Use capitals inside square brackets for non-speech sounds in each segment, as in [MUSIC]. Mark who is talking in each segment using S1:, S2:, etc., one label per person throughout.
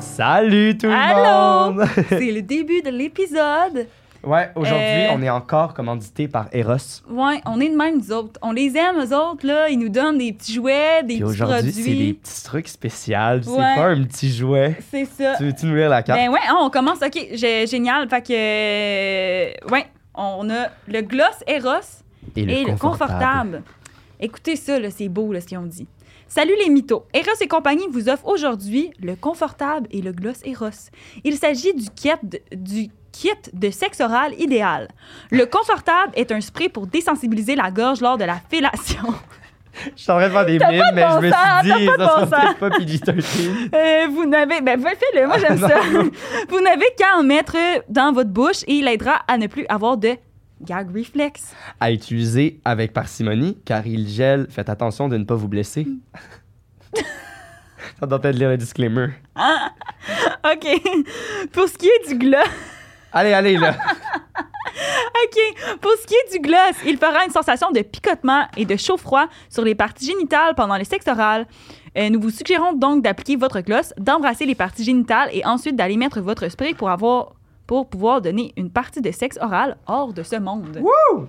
S1: Salut tout
S2: Allô?
S1: le monde! [LAUGHS]
S2: C'est le début de l'épisode.
S1: Ouais, aujourd'hui,
S2: Euh.
S1: on est encore commandité par Eros.
S2: Ouais, on est de même, nous autres. On les aime, eux autres, là. Ils nous donnent des petits jouets, des
S1: Puis
S2: petits
S1: aujourd'hui, c'est des
S2: produits.
S1: petits trucs spéciaux. C'est
S2: Ouais.
S1: pas un petit jouet.
S2: C'est ça.
S1: Tu veux-tu nous lire la carte?
S2: Ben ouais, on commence. OK, J'ai- génial. Fait que. euh, Ouais, on a le gloss Eros Ben, et le confortable. Écoutez ça, là, c'est beau là, ce qu'ils ont dit. Salut les mythos. Eros et compagnie vous offre aujourd'hui le confortable et le gloss Eros. Il s'agit du kit de, du kit de sexe oral idéal. Le confortable est un spray pour désensibiliser la gorge lors de la fellation. [LAUGHS]
S1: Je suis en train de faire des
S2: T'as
S1: mimes,
S2: pas de
S1: mais
S2: bon
S1: je me
S2: sens,
S1: suis dit,
S2: t'as pas de
S1: ça
S2: bon
S1: sera peut-être pas PG-13.
S2: Euh, vous n'avez... Ben, fais- fais-le, moi j'aime ça. [LAUGHS] vous n'avez qu'à en mettre dans votre bouche et il aidera à ne plus avoir de gag reflex. [LAUGHS]
S1: À utiliser avec parcimonie, car il gèle. Faites attention de ne pas vous
S2: [LAUGHS]
S1: blesser. Ça doit peut-être lire le disclaimer.
S2: OK. Pour ce qui est du gloss...
S1: Allez, allez, là!
S2: OK. Pour ce qui est du gloss, il fera une sensation de picotement et de chaud-froid sur les parties génitales pendant le sexe oral. Euh, nous vous suggérons donc d'appliquer votre gloss, d'embrasser les parties génitales et ensuite d'aller mettre votre spray pour avoir pour pouvoir donner une partie de sexe oral hors de ce monde.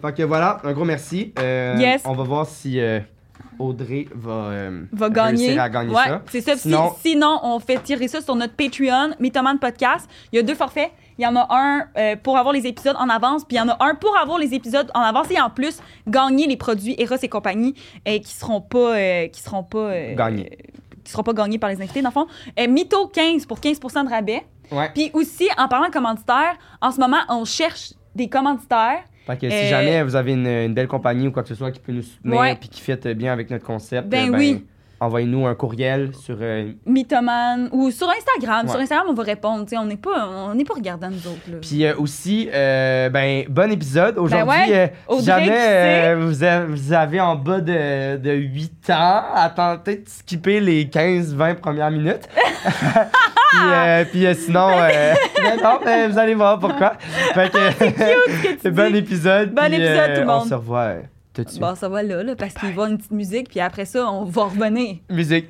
S1: Fait que voilà, un gros merci. Euh,
S2: Yes.
S1: On va voir si euh, Audrey va, euh,
S2: Va gagner.
S1: réussir à gagner
S2: ouais,
S1: ça.
S2: c'est ça. Si- Sinon...
S1: Sinon-
S2: on fait tirer ça sur notre Patreon, Mythoman Podcast. Il y a deux forfaits. Il y en a un euh, pour avoir les épisodes en avance, puis il y en a un pour avoir les épisodes en avance et en plus gagner les produits Eros et compagnie euh, qui seront pas euh, qui seront pas euh,
S1: Gagnés.
S2: qui seront pas gagnés par les invités dans le fond. Euh, Mytho 15 pour 15 de rabais.
S1: Ouais.
S2: Puis aussi en parlant de commanditaires, en ce moment on cherche des commanditaires.
S1: Fait que
S2: Euh,
S1: si jamais vous avez une, une belle compagnie ou quoi que ce soit qui peut nous soutenir
S2: Ouais.
S1: puis qui fit euh, bien avec notre concept,
S2: Ben
S1: euh,
S2: oui.
S1: envoyez-nous un courriel sur euh,
S2: Mythoman ou sur Instagram,
S1: Ouais.
S2: sur Instagram on va répondre, Tu sais, on n'est pas on n'est pas regardant nous autres là.
S1: puis euh, aussi euh, ben bon épisode aujourd'hui
S2: ouais.
S1: euh, si
S2: Audrey, qui
S1: jamais euh, vous, a- vous avez en bas de, de 8 ans à tenter de skipper les 15 20 premières minutes. [LAUGHS] puis, euh, puis, euh, sinon
S2: [LAUGHS]
S1: euh, ben non, ben, vous allez voir pourquoi. Fait que
S2: Qu'est-ce que
S1: [LAUGHS]
S2: tu
S1: bon
S2: dis?
S1: épisode.
S2: Bon
S1: puis,
S2: épisode, tout le
S1: on
S2: monde.
S1: se revoit euh, tout de suite.
S2: Bon, ça va là, là parce qu'il va y avoir une petite musique, puis après ça, on va revenir.
S1: Musique.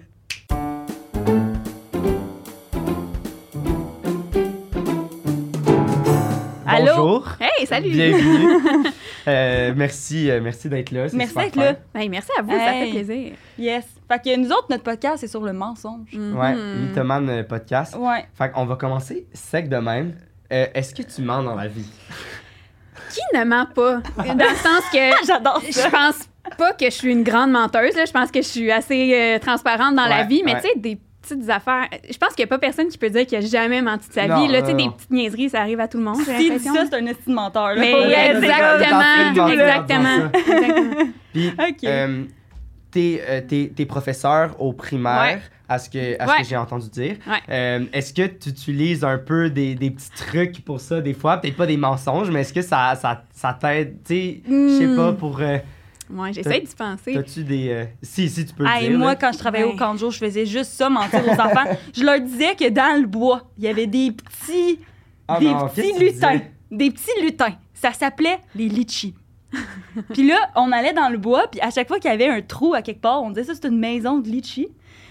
S2: Allô?
S1: Bonjour.
S3: Hey, salut!
S1: Bienvenue.
S3: [LAUGHS]
S1: Euh, merci euh, merci d'être là. c'est
S2: Merci
S1: super
S2: d'être là.
S1: fun.
S3: Hey, merci à vous, ça
S2: Hey.
S3: fait plaisir.
S2: Yes. Fait que nous autres, notre podcast, c'est sur le mensonge.
S1: Ouais,
S3: Mhm. Oh.
S1: Mythoman euh, podcast.
S3: [LAUGHS]
S2: Ouais.
S1: Fait qu'on va commencer sec de même. Euh, Est-ce que tu mens dans la vie?
S3: Qui ne ment pas? Dans le sens que
S2: [LAUGHS] J'adore
S3: je pense pas que je suis une grande menteuse, là. je pense que je suis assez euh, transparente dans la
S1: Ouais,
S3: vie, mais
S1: ouais.
S3: tu sais, des petites affaires. Je pense qu'il n'y a pas personne qui peut dire qu'il a jamais menti de sa
S1: Non,
S3: vie. Là, tu sais,
S1: non,
S3: des
S1: non.
S3: petites niaiseries, ça arrive à tout le monde. j'ai
S2: S'il dit
S3: l'impression.
S2: ça, c'est un estime menteur. là.
S3: Mais
S2: Pour vrai,
S3: exact-
S2: c'est comme-
S3: exactement, exactement. Exactement.
S1: Puis,
S2: Ok.
S1: euh, t'es, euh, t'es- t'es professeur au primaire,
S2: Ouais.
S1: à ce que, à ce
S3: Ouais.
S1: que j'ai entendu dire.
S3: Ouais.
S1: Euh, est-ce que tu utilises un peu des, des petits trucs pour ça des fois? Peut-être pas des mensonges, mais est-ce que ça, ça, ça t'aide? Tu sais, je sais
S3: Hmm.
S1: pas, pour... euh,
S3: Ouais, j'essaie d'y penser.
S1: t'as-tu des... euh, si, si, tu peux
S2: Ah,
S1: le
S2: et
S1: dire.
S2: moi,
S1: là.
S2: quand je travaillais au
S3: Ouais.
S2: canjo, je faisais juste ça, mentir aux enfants. Je leur disais que dans le bois, il y avait des petits,
S1: Ah
S2: des
S1: non, qu'est-ce
S2: petits
S1: que tu
S2: lutins.
S1: disais?
S2: Des petits lutins. Ça s'appelait
S1: [LAUGHS]
S2: les litchis. puis là, on allait dans le bois, puis à chaque fois qu'il y avait un trou à quelque part, on disait ça, c'est une maison de litchis.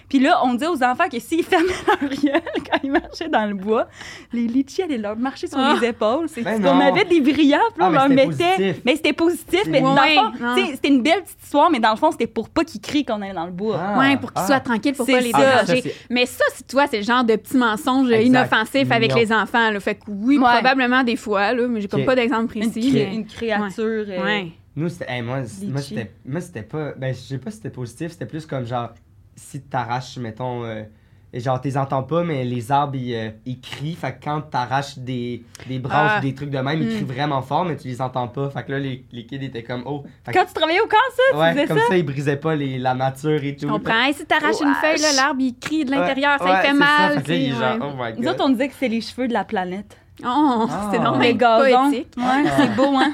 S2: Puis là, on disait aux enfants que s'ils [LAUGHS] fermaient leur gueule quand ils marchaient dans le bois, les litchis allaient leur marcher sur
S3: Ah.
S2: les épaules. C'est
S1: Ben
S2: on
S1: non.
S2: avait des brillants, puis
S1: Ah,
S2: là, on
S1: mais
S2: leur
S1: c'était
S2: mettait.
S1: positif.
S2: Mais c'était positif.
S1: C'est
S2: Mais dans le
S3: Ouais,
S2: fond,
S3: non.
S2: tu sais, c'était une belle petite histoire, mais dans le fond, c'était pour pas qu'ils crient qu'on allait dans le bois.
S1: Ah,
S3: Ouais, pour qu'ils
S1: ah.
S3: soient tranquilles, pour
S2: C'est
S3: pas les
S2: ça.
S1: Ah, mais ça,
S3: déranger.
S1: c'est-
S3: Mais ça, c'est toi, c'est le genre de petit mensonge
S1: Exact.
S3: inoffensif avec
S1: Mignon.
S3: les enfants. Là. Fait que oui,
S2: Ouais.
S3: probablement des fois, là, mais j'ai comme
S1: Ok.
S3: pas d'exemple
S2: Une,
S3: précis.
S2: cré-
S3: mais-
S2: une créature. euh,
S3: Ouais.
S1: Nous, c'était. hey, moi, c- moi,
S2: Litchi.
S1: c'était, moi, c'était pas. Ben, je sais pas si c'était positif, c'était plus comme genre. Si t'arraches, mettons. euh, genre, t'es entends pas, mais les arbres, ils, euh, ils crient. Fait que quand t'arraches des, des branches
S3: Ah.
S1: ou des trucs de même, ils
S3: Hmm.
S1: crient vraiment fort, mais tu les entends pas. Fait que là, les, les kids étaient comme. Oh. Fait que-
S2: Quand tu travaillais au camp, ça, tu
S1: ouais,
S2: faisais
S1: comme
S2: ça?
S1: ça, ils brisaient pas les, la nature et tout.
S3: Je comprends. Hey, si t'arraches une
S1: Ouais.
S3: feuille, là, l'arbre, il crie de l'intérieur, ça
S1: Ouais,
S3: lui fait
S1: c'est
S3: mal.
S1: Ça, fait que là,
S3: tu
S1: ils
S3: sais,
S1: genre,
S3: ouais.
S1: oh my
S2: Nous
S1: god.
S2: autres, on disait que c'est les cheveux de la planète.
S3: Oh,
S1: Ah.
S3: c'est
S1: Les
S3: normal.
S2: Les gazons.
S3: Poétique.
S1: Ah.
S2: Ouais, c'est beau, hein?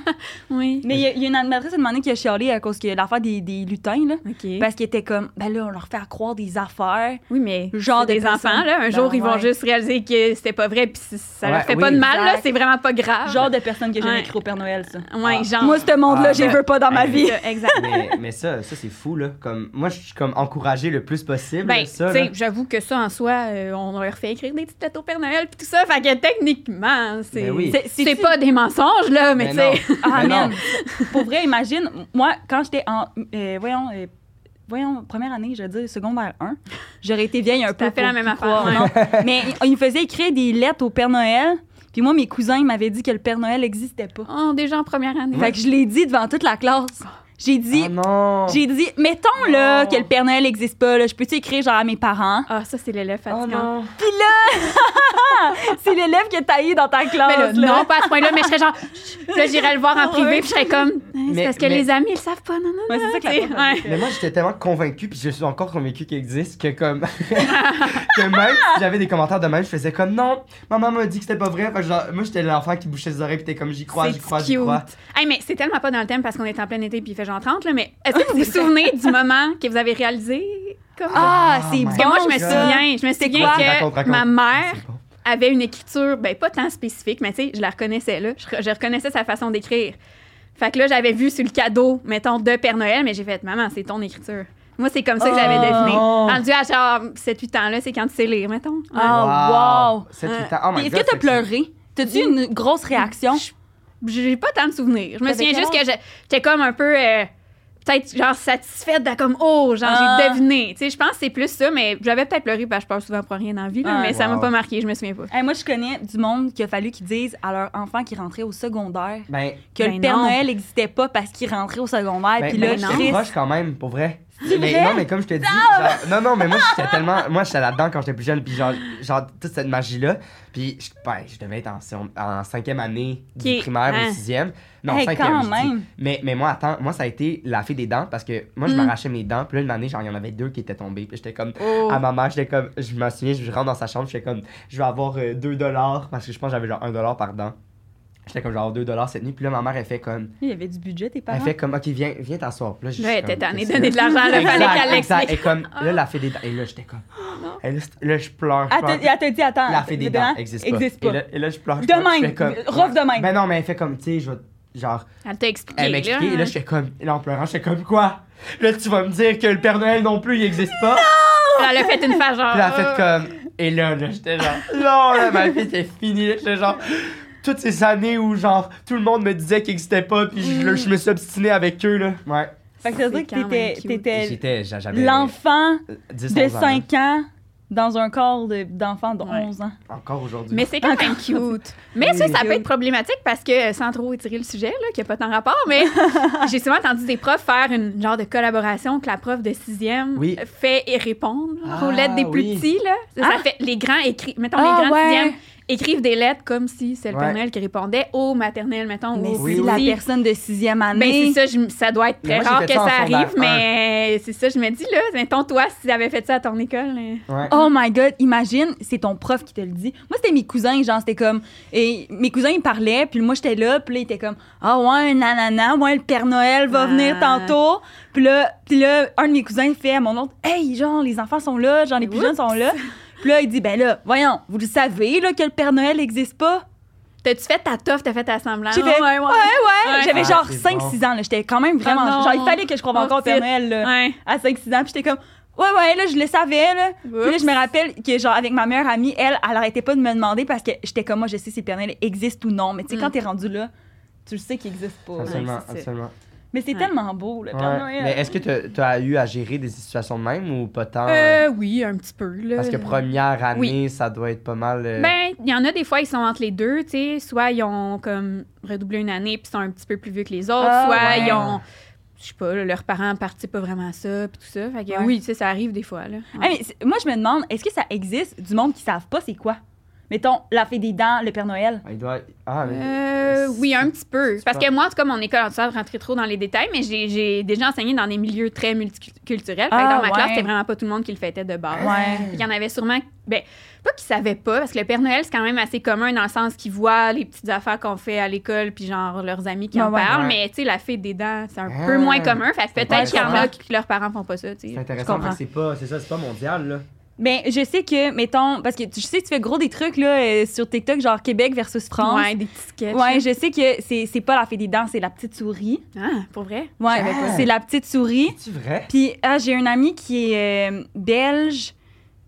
S3: Oui.
S2: Mais il y, a- il y a une animatrice qui a demandé qui a chialé à cause de l'affaire des, des lutins, là.
S3: OK.
S2: Parce qu'il était comme, ben là, on leur fait croire des affaires.
S3: oui, mais
S2: Genre
S3: c'est des,
S2: des
S3: enfants,
S2: personnes-
S3: là, un
S2: Ben
S3: jour, ils vont
S2: ouais.
S3: juste réaliser que c'était pas vrai, puis si ça leur
S1: Ouais,
S3: fait pas
S1: oui.
S3: de mal, là,
S2: Exact.
S3: c'est vraiment pas grave.
S2: Genre de personnes que j'ai
S3: Ah. Ouais.
S2: écrit au Père Noël, ça.
S3: ouais,
S1: Ah.
S3: genre.
S2: Moi, ce monde-là,
S1: Ah.
S2: je veux pas dans ma vie.
S3: exact.
S1: mais, mais ça, ça c'est fou, là. Comme, moi, je suis comme encouragé le plus possible.
S3: Ben, tu
S1: ça, là.
S3: sais, j'avoue que ça, en soi, euh, on leur fait écrire des petites lettres au Père Noël puis tout ça, fait que techniquement, c'est
S1: Ben oui. Ben
S3: c'est- c'est pas des mensonges, là, mais tu
S1: non.
S3: [LAUGHS] sais...
S2: Ah,
S1: Mais non.
S2: man. [LAUGHS] Pour vrai, imagine, moi, quand j'étais en. euh, voyons. euh, Voyons, première année, je veux dire, secondaire 1, j'aurais été vieille un peu.
S3: T'as fait la
S2: pour
S3: même
S2: tout
S3: affaire,
S2: croire, non. Mais il me faisait écrire des lettres au Père Noël. Puis moi, mes cousins, ils m'avaient dit que le Père Noël n'existait pas.
S3: Oh, déjà en première année.
S2: Fait que je l'ai dit devant toute la classe. J'ai dit,
S1: Ah non!
S2: j'ai dit, mettons là
S1: Non.
S2: que le Père Noël n'existe pas, là, je peux-tu écrire genre à mes parents? [LAUGHS]
S3: Ah, ça, c'est l'élève
S1: Oh
S3: fatigant.
S1: non!
S2: C'est l'élève qui est taillé dans ta classe.
S3: mais Ben
S1: Oh,
S3: là,
S2: là.
S3: non, pas à ce point-là, mais je
S1: [LAUGHS]
S3: serais genre... Là, j'irais le voir
S1: Ah
S3: en privé, puis je serais comme... Eh, C'est
S1: Mais-
S3: parce que
S1: mais-
S3: les amis, ils le savent pas, non, non,
S2: [LAUGHS] Ouais, c'est ça que la
S3: non.
S2: prof
S3: Ouais.
S1: Mais moi, j'étais tellement convaincu, puis je suis encore convaincu qu'il existe, que comme. [LAUGHS] que même si j'avais des commentaires de même, je faisais comme non, ma maman m'a dit que c'était pas vrai. Fait que genre, moi, j'étais l'enfant qui bouchait les oreilles, puis t'es comme j'y crois,
S3: C'est
S1: j'y crois, j'y crois.
S3: cute. Hey, mais c'est tellement pas dans le thème parce qu'on est en plein été puis il fait genre 30, là, mais
S1: Ah,
S3: est-ce que vous vous souvenez du moment que vous avez réalisé? Comme...
S2: Ah,
S1: Oh
S2: c'est
S1: my
S2: bon.
S3: Parce que moi, je me
S1: God.
S3: souviens, je me
S2: C'est
S3: souviens
S2: quoi?
S3: que
S1: Raconte, raconte.
S3: ma mère
S1: C'est bon.
S3: avait une écriture, ben pas tant spécifique, mais tu sais, je la reconnaissais là. Je, re- je reconnaissais sa façon d'écrire. Fait que là, j'avais vu sur le cadeau, mettons, de Père Noël, mais j'ai fait, maman, c'est ton écriture. Moi, c'est comme ça que j'avais
S2: Oh.
S3: deviné.
S1: Oh.
S3: Rendu à genre 7-8 ans, là, c'est quand tu sais lire, mettons.
S2: Ah, Oh, wow.
S1: C'est
S3: Ouais.
S1: tout le temps. Oh my
S2: Est-ce
S1: God,
S2: que t'as
S1: c'est-
S2: pleuré? T'as-tu une grosse réaction?
S3: J'ai pas tant de souvenirs. Je me
S2: T'avais
S3: souviens
S2: quel
S3: juste que
S2: âge?
S3: je- j'étais comme un peu. euh, Peut-être genre satisfaite de comme oh genre j'ai
S2: Ah.
S3: deviné tu sais je pense que c'est plus ça mais j'avais peut-être pleuré parce que je parle souvent pour rien dans la vie là,
S2: Ah.
S3: mais ça m'a
S1: Wow.
S3: pas marqué je me souviens pas
S2: Hey, moi, je connais du monde qu'il a fallu qu'ils disent à leur enfant qui rentrait au secondaire
S1: Ben,
S2: que
S3: Ben
S2: le Père
S3: non.
S2: Noël n'existait pas parce qu'il rentrait au secondaire.
S1: ben,
S2: Ah, Puis
S1: ben, moi,
S2: là,
S1: j'étais
S2: Chris,
S1: proche quand même, pour vrai.
S2: C'est
S1: Mais
S2: vrai?
S1: non, mais comme je te dis, genre, non, non, mais moi, j'étais tellement. Moi, j'étais là-dedans quand j'étais plus jeune, puis genre, genre toute cette magie-là. Puis, je, ben, je devais être en, si- en cinquième année du
S3: Qui-
S1: primaire
S3: hein.
S1: ou sixième. Non,
S2: Hey,
S1: cinquième.
S2: quand
S1: je dis.
S2: même.
S1: Mais, mais moi, attends, moi, ça a été la fée des dents parce que moi, je
S3: Mm.
S1: m'arrachais mes dents. Puis là, une année, genre, il y en avait deux qui étaient tombées. Puis j'étais comme.
S3: oh.
S1: À ma mère, j'étais comme. Je me souviens, je rentre dans sa chambre, j'étais comme. Je vais avoir 2 dollars parce que je pense que j'avais genre 1 dollar par dent. J'étais comme genre 2 dollars cette nuit. Puis là, ma mère, elle fait comme.
S2: il y avait du budget, tes
S1: Elle
S2: parents.
S1: Ben, fait comme, OK, viens, viens t'asseoir. Puis Là, je
S3: là
S1: suis
S3: elle était
S1: comme,
S3: tannée de
S1: Qu'est-ce
S3: donner de l'argent là fallait qu'elle
S1: Exact, exact.
S3: l'explique
S1: Et comme, là, la fée des dents. Et là, j'étais comme.
S3: Non.
S1: Et là, c'est- là, je pleure. je
S2: Elle te-
S1: pleure.
S2: elle te dit, attends.
S1: La fée des dents
S2: dedans,
S1: existe pas.
S2: Existe
S1: Et,
S2: pas.
S1: là, et là, je pleure. je
S2: De
S1: pleure, je
S2: même,
S1: fais comme-
S2: rough de même.
S1: Mais non, mais elle fait comme, tu sais, je vais- Genre,
S3: elle t'a expliqué
S1: elle m'expliquait.
S3: là,
S1: Et là, j'étais comme. Là, en pleurant, j'étais comme, quoi? Là, tu vas me dire que le Père Noël non plus, il existe pas.
S3: elle a fait une face genre
S1: Puis là, elle
S3: oh.
S1: a fait comme. Et là, là, j'étais genre. Non, là, ma vie, c'est fini. Là, J'étais genre. Toutes ces années où, genre, tout le monde me disait qu'il existait pas, puis je, là, je me suis obstiné avec eux, là. Ouais.
S2: Fait que ça veut
S3: C'est
S2: dire
S3: quand
S2: que t'étais-
S3: même cute.
S1: Et
S2: t'étais
S1: J'étais, j'a- j'avais.
S2: l'enfant
S1: 10,
S2: de
S1: 11 ans, là.
S2: 5 ans dans un corps de- d'enfant de,
S3: Ouais.
S2: 11 ans.
S1: Encore aujourd'hui.
S3: mais c'est quand même cute mais ça ça peut être problématique parce que euh, sans trop étirer le sujet là qui a pas tant rapport
S2: [LAUGHS]
S3: mais j'ai souvent entendu des profs faire une genre de collaboration que la prof de sixième
S1: Oui.
S3: fait et répond genre,
S1: Ah,
S3: aux lettres des plus
S1: oui.
S3: petits là ça, ça
S2: Ah.
S3: fait les grands écrivent mettons
S2: Ah,
S3: les grands de
S2: ouais.
S3: sixième écrivent des lettres comme si c'est le
S1: Ouais.
S3: Père Noël qui répondait aux maternelles mettons
S2: [LAUGHS] Mais
S3: ou
S2: si
S1: oui,
S2: la
S3: oui.
S2: personne de sixième
S3: Ben,
S2: année.
S3: c'est ça, je- ça doit être très
S1: Mais moi, j'ai
S3: rare
S1: fait
S3: que ça,
S1: ça en secondaire
S3: arrive,
S1: un.
S3: mais c'est ça, je me dis, là, mettons, toi, si t'avais fait ça à ton école. euh,
S1: Ouais.
S2: Oh my god, imagine, c'est ton prof qui te le dit. Moi, c'était mes cousins, genre, c'était comme. Et mes cousins, ils parlaient, puis moi, j'étais là, puis là, ils étaient comme Ah ouais, nanana, ouais, le Père Noël va
S3: Ah.
S2: venir tantôt. Puis là, puis là, un de mes cousins fait à mon autre Hey, genre, les enfants sont là, genre, les plus jeunes sont là. [LAUGHS] Puis là, il dit Ben là, voyons, vous le savez, là, que le Père Noël n'existe pas.
S3: T'as-tu fait ta toffe, t'as fait ta semblance?
S2: J'ai fait,
S3: Ah ouais, ouais.
S2: Ouais,
S3: Ouais.
S2: j'avais
S1: Ah,
S2: genre
S1: c'est
S2: 5-6
S1: bon.
S2: ans, là, j'étais quand même vraiment.
S3: Ah non.
S2: genre, il fallait que je croie
S3: Oh,
S2: encore au Père
S3: c'est-
S2: Noël, là,
S3: Ouais.
S2: à 5-6 ans, puis j'étais comme Ouais, ouais, là, je le savais, là. Puis là, je me rappelle que, genre, avec ma meilleure amie, elle, elle arrêtait pas de me demander parce que j'étais comme moi, je sais si le Père Noël existe ou non. Mais tu sais,
S3: Mm.
S2: quand t'es rendu là, tu le sais qu'il existe pas.
S1: Absolument,
S3: Ouais, c'est ça.
S1: absolument.
S2: Mais c'est
S3: Ouais.
S2: tellement beau, le Père
S1: Ouais.
S2: Noël.
S1: Mais est-ce que tu as eu à gérer des situations de même ou pas tant?
S3: Euh, oui, un petit peu, là.
S1: Parce que première année, ça doit être pas mal. euh,
S3: Ben, il y en a des fois, ils sont entre les deux, tu sais. Soit ils ont comme redoublé une année puis sont un petit peu plus vieux que les autres,
S2: Ah,
S3: soit
S2: ouais.
S3: ils ont, je sais pas, là, leurs parents participent pas vraiment à ça puis tout ça. Fait que
S2: Ouais.
S3: oui, tu sais, ça arrive des fois, là.
S2: Ah, mais c'est- moi, je me demande, est-ce que ça existe du monde qui savent pas c'est quoi? Mettons, la fée des dents, le Père Noël.
S1: Il doit. Ah, mais-
S3: Euh, oui, un petit peu.
S1: c'est
S3: Parce
S1: pas-
S3: que moi, en tout cas, mon école, en tout cas, rentrer trop dans les détails, mais j'ai- j'ai déjà enseigné dans des milieux très multiculturels. Fait que
S2: Ah,
S3: dans ma classe,
S2: ouais.
S3: c'était vraiment pas tout le monde qui le fêtait de base.
S2: Ouais.
S3: Il y en avait sûrement, ben, pas qu'ils savaient pas, parce que le Père Noël, c'est quand même assez commun dans le sens qu'ils voient les petites affaires qu'on fait à l'école, puis genre leurs amis qui
S2: Ouais,
S3: en
S2: ouais.
S3: parlent,
S1: Ouais.
S3: mais tu sais, la fête des dents, c'est un
S1: Ah.
S3: peu moins commun. Fait que
S1: Ouais,
S3: peut-être
S2: je
S3: qu'il y en
S2: comprends.
S3: a qui, leurs parents font pas ça, tu
S1: C'est
S3: sais.
S1: intéressant,
S2: comprends.
S1: mais c'est pas, c'est ça, c'est pas mondial, là.
S2: Ben, je sais que, mettons, parce que tu je sais que tu fais gros des trucs là, euh, sur TikTok, genre Québec versus France.
S3: Ouais, des petits sketchs.
S2: Ouais, je sais que c'est c'est pas la fée des dents, c'est la petite souris.
S3: Ah, pour vrai?
S2: Ouais,
S1: savais pas.
S2: c'est la petite souris.
S1: C'est vrai?
S2: Puis, ah, j'ai un ami qui est euh, belge.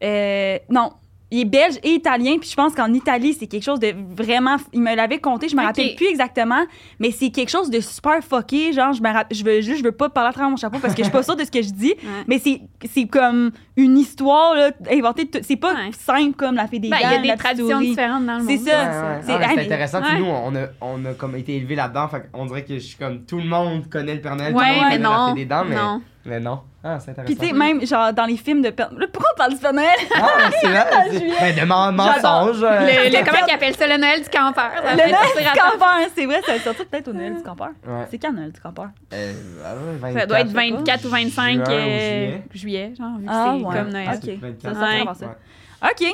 S2: Euh, non, il est belge et italien. Puis, je pense qu'en Italie, c'est quelque chose de vraiment. Il me l'avait compté, je me
S3: Ok.
S2: rappelle plus exactement, mais c'est quelque chose de super fucké. Genre, je, me rapp- je veux juste, je veux pas parler à travers mon chapeau parce que je suis pas sûre de ce que je dis.
S3: Ouais.
S2: Mais c'est c'est comme une histoire là, inventée. de tout- C'est pas
S3: Ouais.
S2: simple comme la fée des
S3: Ben, il y a
S2: dents,
S3: des
S2: la
S3: traditions
S2: souris.
S3: différentes dans le
S2: C'est
S3: monde.
S2: ça.
S1: Ouais, ouais.
S2: c'est-
S1: Ah, mais
S2: ah,
S1: c'est
S2: mais-
S1: intéressant.
S3: ouais.
S1: Puis nous, on a, on a comme été élevés là-dedans. Fait on dirait que je suis comme tout le monde connaît le Père Noël, tout le
S3: Ouais,
S1: monde
S3: mais
S1: connaît la
S3: non.
S1: fée des dents, mais
S3: Non.
S1: mais non. Ah, c'est intéressant.
S2: Puis, tu sais, même genre dans les films de. Père- Là, Pourquoi on parle du Père Noël?
S1: Ah, mais c'est vrai. c'est- Ben, de men- mensonge. euh,
S3: Le,
S2: [LAUGHS]
S3: le- comment ils appellent ça, le Noël du campeur?
S2: Le
S3: Noël
S2: Noël du campeur, c'est vrai, ça va sortir peut-être au Noël du campeur.
S1: Ouais.
S2: C'est quand le Noël du campeur?
S1: Euh, ah ouais,
S3: Ça doit être
S1: 24,
S3: 24 ou 25
S1: juin
S3: euh,
S1: juillet.
S3: juillet, genre, vu que
S2: Ah,
S3: c'est
S2: ouais.
S3: comme Noël.
S2: Ok. Ça,
S1: Ouais.
S2: ça, c'est avant ça. OK.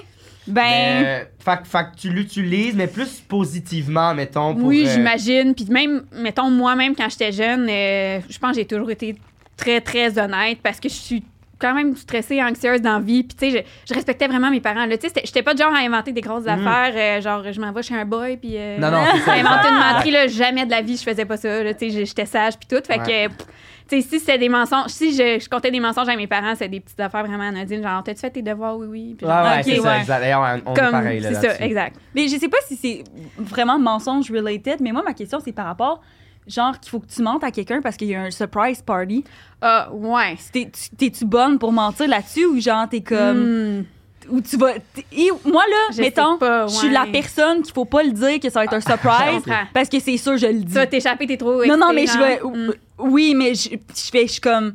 S2: Ben,
S1: Mais, euh, fait, que- fait que tu l'utilises, mais plus positivement, mettons. Pour,
S3: Oui,
S1: euh,
S3: j'imagine. Puis même, mettons, moi-même, quand j'étais jeune, euh, je pense que j'ai toujours été très, très honnête parce que je suis quand même stressée, anxieuse dans la vie. Puis, tu sais, je, je respectais vraiment mes parents. là. Tu sais, c'était- j'étais pas du genre à inventer des grosses
S1: Mhm.
S3: affaires, euh, genre, je m'en vais chez un boy, puis... euh,
S1: Non, non, c'est ça.
S3: [LAUGHS] inventer une
S1: exact.
S3: menterie, là, jamais de la vie, je faisais pas ça. là. Tu sais, j'étais sage, puis tout. Fait
S1: Ouais.
S3: que, pff, tu sais, si c'était des mensonges, si je, je comptais des mensonges à mes parents, c'était des petites affaires vraiment anodines, genre, t'as-tu fait tes devoirs, oui, oui. Puis
S1: Ouais,
S3: genre,
S1: ouais,
S2: Ok,
S1: c'est ça,
S2: ouais.
S1: exact. D'ailleurs, Ah, on- on est
S3: comme,
S1: pareil, là.
S3: c'est ça,
S1: là-dessus.
S3: exact.
S2: mais je sais pas si c'est vraiment mensonge related, mais moi, ma question, c'est par rapport, genre, qu'il faut que tu mentes à quelqu'un parce qu'il y a un surprise party.
S3: Ah, ouais.
S2: T'es- tu- T'es-tu bonne pour mentir là-dessus ou genre, t'es comme.
S3: Hmm.
S2: Ou tu vas. t'es- et moi, là,
S3: Je
S2: mettons,
S3: sais pas,
S2: je suis la
S3: ouais.
S2: personne qu'il faut pas le dire que ça va
S1: Ah, [LAUGHS]
S2: être un surprise
S3: comprends.
S2: parce que c'est sûr, je le dis.
S3: Tu vas t'échapper, t'es trop
S2: Non, non,
S3: excité,
S2: mais je
S3: genre.
S2: vais.
S3: Mm.
S2: Oui, mais je, je fais, je suis comme.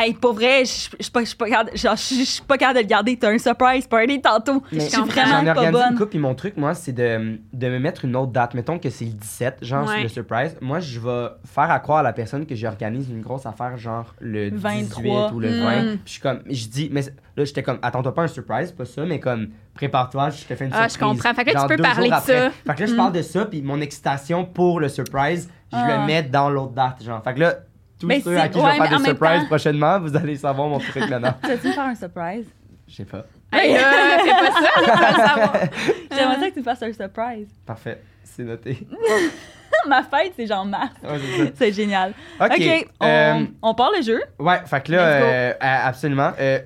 S2: Hey, pour vrai, je je suis pas, je suis pas capable- genre, je- je suis pas capable de le garder. T'as un surprise party tantôt.
S1: Mais
S2: je suis
S3: j'en
S1: J'en ai
S2: vraiment pas
S1: organisé une
S2: bonne.
S1: couple, puis mon truc, moi, c'est de, de me mettre une autre date. Mettons que c'est le 17, genre
S3: Ouais.
S1: le surprise. Moi, je vais faire à croire à la personne que j'organise une grosse affaire, genre le
S2: 23.
S1: 18 ou le
S3: Mm.
S1: 20.
S2: Hmm.
S1: Puis Je suis comme, je dis, mais là, j'étais comme, attends-toi pas un surprise, pas ça, mais comme, prépare-toi, je te fais une
S3: Ah, je
S1: surprise.
S3: comprends. Fait que là, tu
S1: Genre
S3: peux
S1: deux jours
S3: parler de
S1: après.
S3: ça.
S1: Fait que là, je
S3: Mm.
S1: parle de ça, puis mon excitation pour le surprise, je
S2: Hmm. Ah.
S1: le mets dans l'autre date, genre. Fait que là, tous
S2: Mais
S1: ceux
S2: c'est-
S1: à qui
S2: ouais,
S1: je vais
S2: mais en
S1: faire des
S2: même
S1: surprises
S2: temps-
S1: prochainement, vous allez savoir mon truc maintenant. [LAUGHS]
S2: T'as-tu faire un surprise?
S1: Je sais pas.
S3: Hey, là, ah, fais pas ça, je veux le savoir.
S1: [LAUGHS]
S2: J'aimerais ça que tu me fasses un
S3: [LAUGHS]
S2: surprise.
S1: Parfait, c'est noté.
S2: [LAUGHS] Ma fête, c'est genre mars.
S1: Ouais, c'est ça.
S2: [LAUGHS] C'est génial.
S1: Ok,
S2: OK, on,
S1: euh,
S2: on part le jeu.
S1: Ouais, fait que là,
S2: Let's go.
S1: euh, euh, absolument. Euh,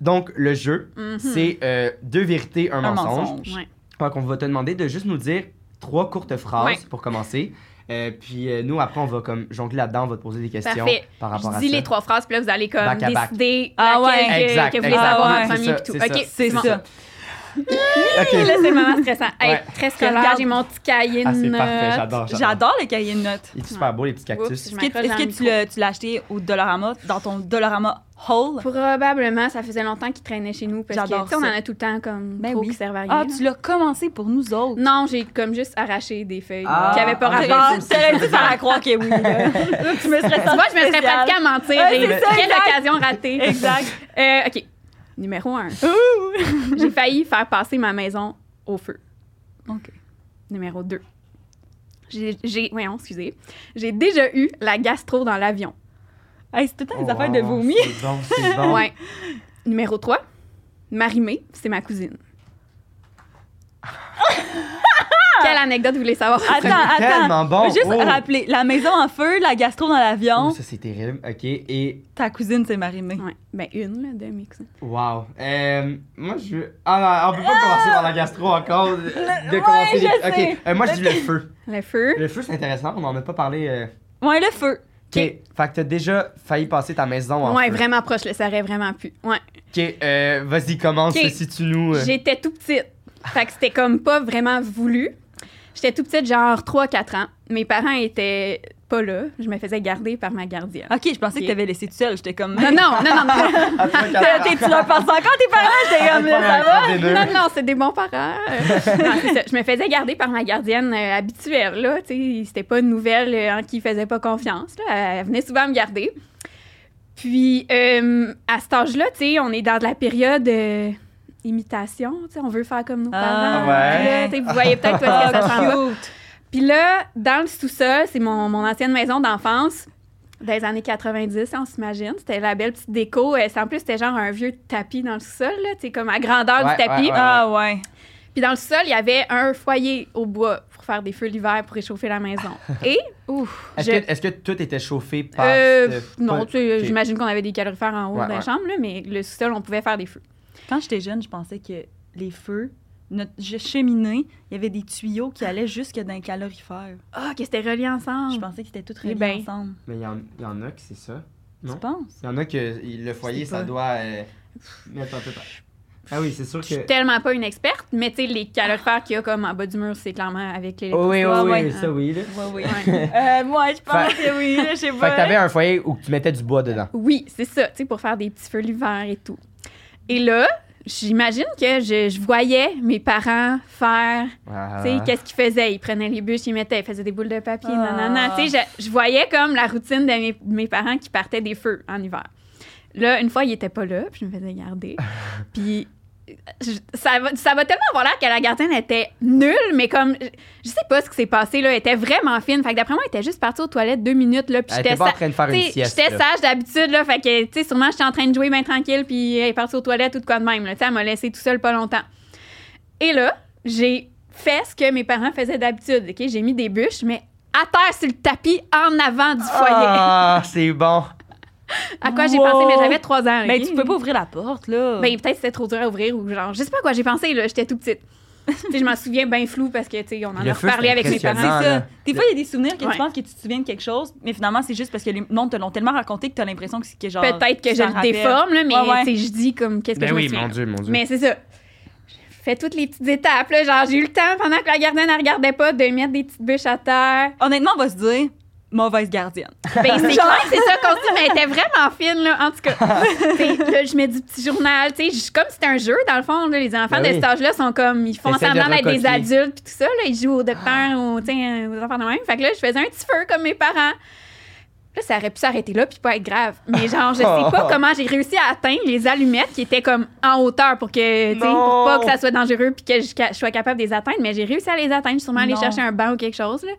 S1: donc, le jeu,
S3: Mhm.
S1: c'est euh, deux vérités, un,
S2: Un
S1: mensonge.
S2: mensonge.
S3: Ouais.
S1: Donc, on va te demander de juste nous dire trois courtes phrases
S3: Ouais.
S1: pour commencer. Euh, puis euh, nous, après, on va comme jongler là-dedans, on va te poser des questions
S3: Parfait.
S1: par rapport
S3: Je
S1: à
S3: dis
S1: ça.
S3: les trois phrases, puis là, vous allez comme
S1: Back à back.
S3: décider
S2: Ah
S3: laquelle
S2: ouais.
S3: que,
S1: Exact,
S3: que vous voulez
S1: exact.
S3: savoir
S2: Ah ouais.
S3: en premier
S1: C'est
S3: et tout.
S1: ça,
S3: OK,
S2: C'est
S3: bon.
S2: ça.
S1: Ok.
S3: Là, c'est le moment stressant. Hey,
S1: Ouais.
S3: Très
S2: Regarde.
S3: scolaire, j'ai mon petit cahier
S1: Ah,
S3: de
S1: c'est
S3: notes.
S1: parfait, j'adore.
S2: J'adore le cahier de notes.
S1: Il est super beau, les petits cactus.
S3: Oups, je
S2: Est-ce que,
S3: m'accroche
S2: est-ce
S3: dans
S2: que
S3: le
S2: tu
S3: micro.
S2: l'as tu l'as acheté au Dollarama, dans ton Dollarama Hall?
S3: Probablement, ça faisait longtemps qu'il traînait chez nous, parce que,
S2: J'adore
S3: tu sais, on en
S2: ça.
S3: a tout le temps, comme,
S2: Ben
S3: trop
S2: oui.
S3: qui servent à rien.
S2: Ah,
S3: là.
S2: tu l'as commencé pour nous autres.
S3: Non, j'ai comme juste arraché des feuilles
S1: Ah,
S3: qui n'avaient pas
S1: ah,
S3: rapport.
S1: c'est-
S2: T'aurais dû faire à croire que oui.
S3: [LAUGHS]
S2: là. tu me serais
S3: Tu vois, je me serais pratiquée à mentir.
S2: Ouais,
S3: J'ai
S2: c'est ça,
S3: quelle
S2: exact.
S3: occasion ratée.
S2: Exact.
S3: Euh, OK. Numéro un. J'ai failli faire passer ma maison au feu.
S2: OK.
S3: Numéro 2. J'ai, j'ai- voyons, excusez. J'ai déjà eu la gastro dans l'avion.
S2: Hey, c'est tout le temps
S1: Oh,
S2: des affaires de
S1: wow,
S2: vomi.
S1: C'est bon, c'est bon.
S3: Ouais. Numéro 3. Marimé, c'est ma [LAUGHS] cousine. Quelle anecdote vous voulez savoir?
S2: Attends, attends.
S1: Tellement bon.
S2: Juste
S1: Oh.
S2: rappeler, la maison en feu, la gastro dans l'avion,
S1: Oh, ça, c'est terrible. OK, et
S2: ta cousine s'est marimée.
S3: Ouais. Ben, une, là, de mes cousines.
S1: Wow. Euh, moi, je. Ah, non, on peut pas commencer par la gastro encore. euh, De
S2: ouais,
S1: commencer les-
S2: je sais.
S1: Ok, euh, moi, je dis le feu.
S3: Le feu.
S1: Le feu, c'est intéressant, on en a pas parlé. euh.
S2: Ouais, le feu.
S1: Ok. Fait que t'as déjà failli passer ta maison en
S3: Ouais,
S1: feu.
S3: vraiment proche, le ça aurait vraiment pu. Ouais.
S1: Ok, euh, vas-y, commence,
S3: Ok.
S1: si tu nous. euh,
S3: J'étais tout petite. Fait que c'était comme pas vraiment voulu. J'étais tout petite, genre 3-4 ans. Mes parents étaient pas là. Je me faisais garder par ma gardienne.
S2: OK, je pensais que t'avais laissé tout seul. J'étais comme.
S3: Non, non, non, non, non.
S1: [LAUGHS]
S3: non.
S1: Ah, toi,
S2: T'es- t'es- tu leur penses encore tes parents? J'étais comme, là, ça va?
S1: des deux.
S3: Non, non, c'est des bons parents. Euh, non, c'est ça. Je me faisais garder par ma gardienne euh, habituelle. Là, Tu sais, c'était pas une nouvelle euh, en qui faisait pas confiance. Là. Elle venait souvent me garder. Puis, euh, à cet âge-là, tu sais, on est dans de la période euh, imitation. tu sais, On veut faire comme nos
S2: Ah,
S3: parents.
S1: ouais.
S3: Là, tu sais, vous voyez peut-être où est-ce que
S2: [LAUGHS]
S3: ça s'en va.
S2: cute.
S3: Puis là, dans le sous-sol, c'est mon, mon ancienne maison d'enfance. Dans les années 90, on s'imagine. C'était la belle petite déco. Euh, c'est- En plus, c'était genre un vieux tapis dans le sous-sol, là, tu sais, comme à grandeur
S1: Ouais,
S3: du tapis.
S1: ouais, ouais.
S2: Ah, ouais.
S3: Puis dans le sol, il y avait un foyer au bois pour faire des feux l'hiver pour réchauffer la maison.
S1: [LAUGHS]
S3: Et, ouf,
S1: Est-ce
S3: je-
S1: que, est-ce que tout était chauffé par.
S3: Euh,
S1: ce-
S3: non,
S1: pas-
S3: tu sais,
S1: ok.
S3: j'imagine qu'on avait des calorifères en haut
S1: Ouais,
S3: de la
S1: ouais.
S3: chambre, là, mais le sous-sol, on pouvait faire des feux.
S2: Quand j'étais jeune, je pensais que les feux, notre je- cheminée, il y avait des tuyaux qui allaient jusque dans les calorifères.
S3: Ah, que c'était relié
S2: Je
S3: ensemble.
S2: pensais qu'ils étaient tous
S3: Eh
S2: reliés
S3: ben.
S2: ensemble.
S1: Mais il y, en- il y en a que c'est ça. Non.
S2: Tu penses?
S1: Il y en a que il- le foyer,
S2: sais pas.
S1: ça doit euh, mettre un peu. par- Ah oui, c'est sûr
S3: Je suis
S1: que.
S3: tellement pas une experte, mais tu sais, les calorifères qu'il y a comme en bas du mur, c'est clairement avec les.
S1: Oh oui, oh oui,
S2: Ouais,
S1: ça oui. Là.
S2: Oui, oui.
S3: Ouais.
S2: Euh, moi, je pense
S1: Fait-
S2: que oui, là, je sais pas.
S1: Fait que t'avais un foyer où tu mettais du bois dedans.
S3: Oui, c'est ça, tu sais, pour faire des petits feux l'hiver et tout. Et là, j'imagine que je, je voyais mes parents faire
S1: Ah.
S3: Tu sais, qu'est-ce qu'ils faisaient? Ils prenaient les bûches, ils mettaient, ils faisaient des boules de papier,
S2: Ah.
S3: nanana. Tu sais, je, je voyais comme la routine de mes, mes parents qui partaient des feux en hiver. Là, une fois, ils n'étaient pas là, puis je me
S1: [LAUGHS]
S3: faisais garder. puis je- ça, va, ça va tellement avoir l'air que la gardienne était nulle, mais comme, je, je sais pas ce qui s'est passé, là, elle était vraiment fine. Fait que d'après moi, elle était juste partie aux toilettes deux minutes, là, puis
S1: Elle
S3: j'étais
S1: était pas en
S3: sa-
S1: train de faire
S3: tu
S1: une
S3: sais,
S1: sieste.
S3: J'étais
S1: là.
S3: sage d'habitude, là. Fait que, tu sais, sûrement, j'étais en train de jouer bien tranquille, puis elle est partie aux toilettes ou de quoi de même, là. Tu sais, elle m'a laissé tout seul pas longtemps. Et là, j'ai fait ce que mes parents faisaient d'habitude, OK? J'ai mis des bûches, mais à terre sur le tapis, en avant du foyer.
S1: Ah, c'est bon.
S3: à quoi j'ai
S2: Wow!
S3: pensé, mais j'avais trois ans,
S2: Mais
S3: OK?
S2: Ben, tu peux pas ouvrir la porte, là.
S3: Ben, peut-être c'était trop dur à ouvrir ou genre, je sais pas à quoi j'ai pensé, là. J'étais tout petite. Tu sais, je m'en souviens bien flou parce que, tu sais, on en
S1: Le
S3: a
S1: feu,
S3: reparlé
S1: c'était
S3: avec mes
S2: c'est
S1: impressionnant.
S3: parents.
S1: Ah,
S2: ça.
S1: là.
S2: Des fois, il y a des souvenirs que
S3: Ouais.
S2: tu penses que tu te souviens de quelque chose, mais finalement, c'est juste parce que les monde te l'ont tellement raconté que t'as l'impression que c'est que genre.
S3: Peut-être que
S2: tu
S3: je
S2: t'en
S3: le
S2: rappelles.
S3: déforme, là, mais,
S2: Ouais, ouais.
S3: tu sais, je dis comme, qu'est-ce que je me souviens, là.
S1: Dieu, Ben mon Dieu.
S3: Mais c'est ça. Je fais toutes les petites étapes. Là. Genre, j'ai eu le temps, pendant que la gardienne ne regardait pas, de mettre des petites bûches à terre.
S2: Honnêtement, on va se dire mauvaise gardienne.
S3: Ben, c'est clair que c'est ça qu'on se dit, mais elle était vraiment fine, là. En tout cas,
S1: Ah.
S3: [LAUGHS] Tu sais, là, je mets du petit journal. Tu sais, je- comme c'est un jeu, dans le fond, là, les enfants
S1: Ben
S3: de
S1: oui.
S3: cet âge-là sont comme, ils font
S1: T'essaies de
S3: semblant d'être des
S1: recopier. Ah.
S3: adultes, puis tout ça. Là, ils jouent au docteur, aux, tu sais, euh, aux enfants de même. Fait que là, je faisais un petit feu comme mes parents. Là, ça aurait pu s'arrêter là, puis pas être grave. Mais genre, je
S1: [LAUGHS]
S3: sais pas comment j'ai réussi à atteindre les allumettes qui étaient comme en hauteur pour que, tu sais, pour
S1: Non.
S3: pas que ça soit dangereux, puis que je, ca- je sois capable de les atteindre. Mais j'ai réussi à les atteindre, sûrement aller
S2: Non.
S3: chercher un banc ou quelque chose, là.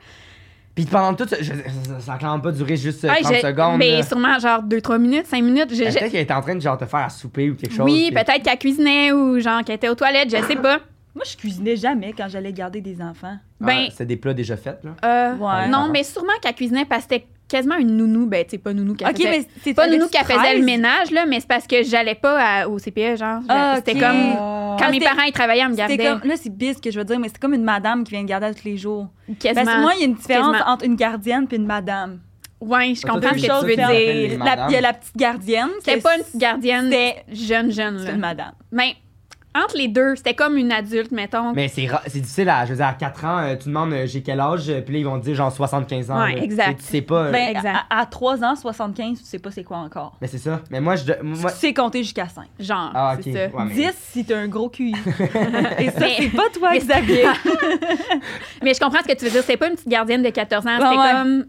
S1: Puis pendant tout ça, je- ça- ça a clairement pas duré juste euh,
S3: Ouais,
S1: 30
S3: j'ai-
S1: secondes.
S3: Mais
S1: là.
S3: sûrement genre 2-3 minutes, 5 minutes. Je-
S1: Elle,
S3: je-
S1: Peut-être qu'elle était en train de genre te faire à souper ou quelque chose.
S3: oui,
S1: puis-
S3: peut-être qu'elle cuisinait ou genre qu'elle était aux toilettes, je sais pas.
S2: Moi, je cuisinais jamais quand j'allais garder des enfants.
S1: Ah,
S3: Ben,
S1: c'est des plats déjà faits, là.
S3: euh,
S2: Ouais.
S3: non, mais sûrement qu'elle cuisinait parce que c'était quasiment une nounou. Ben, c'est pas nounou qu'elle
S2: Ok,
S3: faisait.
S2: mais c'est
S3: C'est pas nounou
S2: qui
S3: qu'elle faisait le ménage, là, mais c'est parce que j'allais pas à- au CPE, genre.
S2: Ah,
S3: C'était
S2: ok.
S3: comme.
S1: Ah.
S3: Quand
S2: Ah,
S3: mes
S2: c'était-
S3: parents, ils travaillaient, ils me
S2: C'était
S3: gardaient.
S2: comme, là, c'est bizarre ce que je veux dire, mais c'est comme une madame qui vient me garder à tous les jours. Parce que
S3: Quasiment.
S2: ben, moi, il y a une différence
S3: Quasiment.
S2: entre une gardienne et une madame.
S3: Ouais, je
S1: Ah, toi,
S3: comprends
S1: t'as
S3: ce
S1: eu
S3: que
S1: ça,
S3: tu veux
S1: ça, t'appelles
S3: dire.
S1: les
S2: La-
S1: madames.
S2: Il y a la petite gardienne.
S3: C'était
S2: que
S3: pas une gardienne
S2: C'était-
S3: jeune, jeune,
S2: C'était une
S3: là.
S2: madame.
S3: Mais entre les deux, c'était comme une adulte, mettons.
S1: Mais c'est, ra- c'est difficile à. Je veux dire, à 4 ans, euh, tu demandes euh, j'ai quel âge, euh, puis là, ils vont te dire genre 75 ans.
S3: Ouais,
S1: là.
S3: exact.
S1: Et tu sais pas. euh,
S2: Ben,
S3: exact.
S2: À, à 3 ans, 75, tu sais pas c'est quoi encore.
S1: Mais c'est ça. Mais moi, je. de- Moi...
S2: Tu sais compter jusqu'à 5.
S3: Genre,
S1: Ah, ok.
S3: c'est ça.
S1: Ouais, mais-
S2: 10 si t'as un gros
S1: [LAUGHS]
S2: QI. Et ça,
S3: Mais-
S2: c'est pas toi,
S3: mais-
S2: Xavier.
S3: Mais je comprends ce que tu veux dire. C'est pas une petite gardienne de 14 ans.
S2: Ouais,
S3: C'était
S2: ouais.
S3: comme, tu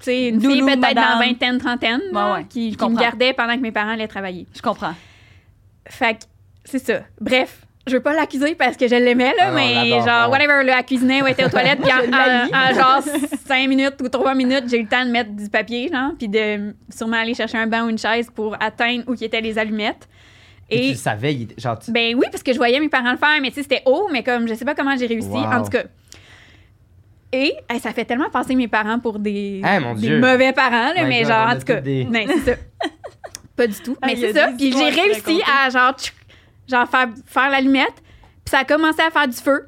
S3: sais, une fille
S2: Nounou,
S3: peut-être dans
S2: madame.
S3: vingtaine, trentaine, là,
S2: Ouais, ouais.
S3: qui,
S2: Je
S3: qui me
S2: comprends.
S3: gardait pendant que mes parents allaient travailler.
S2: Je comprends.
S3: Fait que, c'est ça. Bref, je veux pas l'accuser parce que je l'aimais, là,
S1: Ah non, on
S3: mais
S1: l'adore,
S3: genre,
S1: on-
S3: whatever, là, elle cuisinait ou était aux toilettes, puis en,
S2: [LAUGHS] Je l'haïs.
S3: en- en genre 5 minutes ou 3 minutes, j'ai eu le temps de mettre du papier, genre, puis de sûrement aller chercher un banc ou une chaise pour atteindre où qui étaient les allumettes.
S1: Et tu le savais, il... était- genre. tu-
S3: Ben oui, parce que je voyais mes parents le faire, mais tu sais, c'était haut, mais comme je sais pas comment j'ai réussi,
S1: Wow.
S3: en tout cas. Et hey, ça fait tellement penser mes parents pour des,
S1: Ah, mon
S3: des
S1: Dieu.
S3: mauvais parents, là,
S1: My
S3: mais
S1: God,
S3: genre,
S1: on
S3: en
S1: a
S3: tout cas.
S1: toutes des-
S3: Non, c'est
S1: [LAUGHS]
S3: ça. Ben, pas du tout,
S2: Ah,
S3: mais
S2: il y a
S3: c'est ça.
S2: des
S3: Puis j'ai
S2: histoires à
S3: réussi à genre, tchouc, genre faire, faire la lumette, puis ça a commencé à faire du feu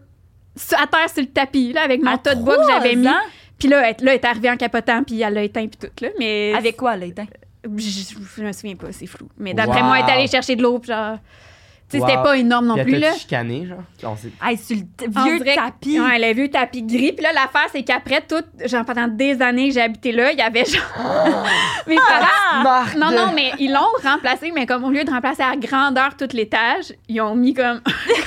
S3: sur- à terre sur le tapis, là, avec mon
S2: À
S3: tas de bois que j'avais mis.
S2: 3 ans?
S3: Puis là, elle, là, elle est arrivée en capotant, puis elle l'a éteint, puis tout, là. Mais
S2: Avec quoi, l'étain?
S3: je, je me souviens pas, c'est flou. Mais d'après
S1: Wow.
S3: moi, elle est allée chercher de l'eau, puis genre. Tu sais, c'était
S1: Wow.
S3: pas énorme non
S1: Puis
S3: plus,
S1: elle
S3: là.
S1: t'a-tu chicané, genre? On sait-
S2: Hey, sur le t-
S3: On
S2: vieux
S3: dirait que-
S2: tapis.
S3: Ouais, le vieux tapis gris. Puis là, l'affaire, c'est qu'après tout, genre pendant des années que j'ai habité là, il y avait genre.
S2: [LAUGHS]
S3: mes parents.
S2: Ah!
S1: Marc
S3: Ah, Non,
S1: de-
S3: non, mais ils l'ont remplacé, mais comme au lieu de remplacer à grandeur tout l'étage, ils ont mis comme. [LAUGHS]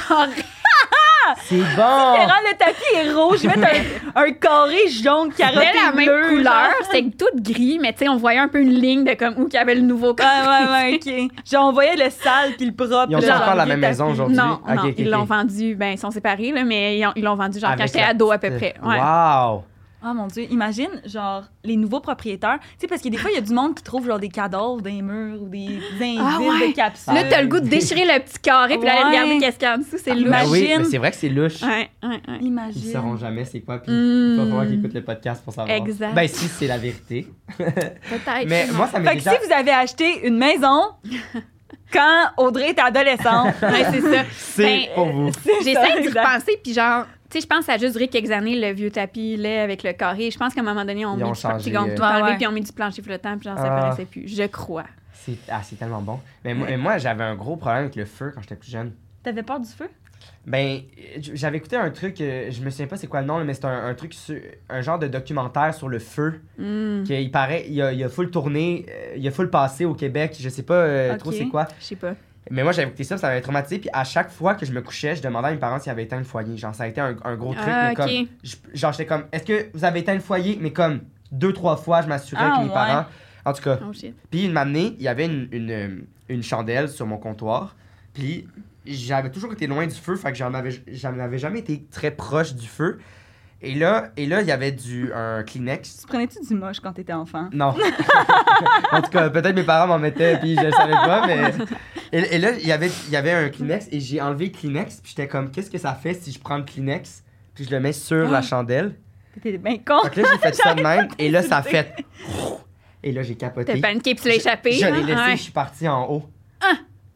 S1: C'est bon!
S2: Ferrand, le tapis est rouge. Je vais mettre un, un carré jaune qui
S3: C'était la même
S2: bleu,
S3: couleur,
S2: genre.
S3: c'était tout gris, mais tu sais, on voyait un peu une ligne de comme où qu'il y avait le nouveau.
S2: [LAUGHS] Ouais, ouais, ouais, OK. Genre, on voyait le sale puis le propre.
S1: Ils ont
S2: genre,
S1: encore la
S2: le
S1: même
S2: tapis.
S1: maison aujourd'hui.
S3: Non,
S1: Ok,
S3: non,
S1: ok,
S3: ils l'ont
S1: ok.
S3: vendu, ben ils sont séparés, là, mais ils ont- ils l'ont vendu genre
S1: Avec
S3: quand j'étais
S1: la
S3: ado à peu près.
S1: petite-
S3: Ouais.
S1: Euh, Wow!
S2: Ah mon Dieu, imagine, genre, les nouveaux propriétaires. Tu sais, parce que des fois, il y a du monde qui trouve, genre, des cadavres dans les murs ou des indices
S3: Ah ouais.
S2: de capsules.
S3: Là, t'as le goût de déchirer le petit carré puis d'aller
S2: Ouais.
S3: regarder qu'est-ce qu'il y a en dessous, c'est louche.
S1: Ben oui,
S2: Imagine.
S1: mais c'est vrai que c'est louche.
S3: Ouais, ouais, ouais.
S2: Imagine.
S1: Ils sauront jamais c'est quoi, puis il va falloir qu'ils
S3: Hmm.
S1: écoutent le podcast pour savoir.
S3: Exact.
S1: Ben si, c'est la vérité.
S3: Peut-être.
S1: Mais
S3: non.
S1: moi, ça m'est
S2: Fait que
S1: déjà...
S2: si vous avez acheté une maison quand Audrey est
S3: [LAUGHS]
S2: adolescente,
S3: Ouais,
S1: [LAUGHS]
S3: c'est ça.
S1: C'est
S3: ben,
S1: pour vous.
S3: J'essaie d'y
S2: exact.
S3: repenser, puis genre, tu sais, je pense que ça a juste duré quelques années, le vieux tapis là avec le carré. Je pense qu'à un moment donné, on
S1: Ils
S3: met
S1: ont
S3: du plan-
S1: changé,
S3: puis on
S1: euh,
S3: tout
S2: Ouais,
S3: enlevé,
S2: ouais.
S3: puis on met du plancher flottant, puis genre, ça
S1: Ah.
S3: paraissait plus. Je crois.
S1: C'est ah, c'est tellement bon. Mais moi, mais moi, j'avais un gros problème avec le feu quand j'étais plus jeune.
S2: T'avais peur du feu?
S1: Ben, euh, j'avais écouté un truc, euh, je me souviens pas c'est quoi le nom, là, mais c'est un, un truc, sur- un genre de documentaire sur le feu.
S3: Hmm,
S1: Qu'il il paraît, il a, il a full tourné, euh, il a full passé au Québec, je sais pas euh,
S2: Ok.
S1: trop c'est quoi.
S3: Je sais pas.
S1: Mais moi, j'avais écouté ça, ça m'avait traumatisé. Puis à chaque fois que je me couchais, je demandais à mes parents s'ils avaient éteint le foyer. Genre, ça a été un, un gros truc.
S3: Ah,
S1: mais comme,
S3: ok.
S1: je- genre, j'étais comme, est-ce que vous avez éteint le foyer? Mais comme deux, trois fois, je m'assurais
S2: Ah,
S1: que mes
S2: ouais.
S1: parents. En tout cas,
S3: Oh shit.
S1: puis une matinée, il y avait une, une, euh, une chandelle sur mon comptoir. Puis j'avais toujours été loin du feu, fait que j'en avais, j'en avais jamais été très proche du feu. Et là, et là il y avait du, un Kleenex.
S2: Tu prenais-tu du moche quand t'étais enfant?
S1: Non. [LAUGHS] en tout cas, peut-être mes parents m'en mettaient, puis je le savais pas,
S3: [LAUGHS]
S1: mais... Et, et là, il y avait- il y avait un Kleenex, et j'ai enlevé le Kleenex, puis j'étais comme, qu'est-ce que ça fait si je prends le Kleenex, puis je le mets sur
S3: Ah.
S1: la chandelle?
S2: T'étais bien con.
S1: Fait que là, j'ai fait
S3: [LAUGHS]
S1: ça de même, et là, ça a fait... [LAUGHS] Et là, j'ai capoté.
S3: T'as paniqué, puis tu l'as
S1: Je-
S3: échappé.
S1: Je
S3: hein?
S1: l'ai laissé,
S3: Ouais.
S1: je suis parti en haut.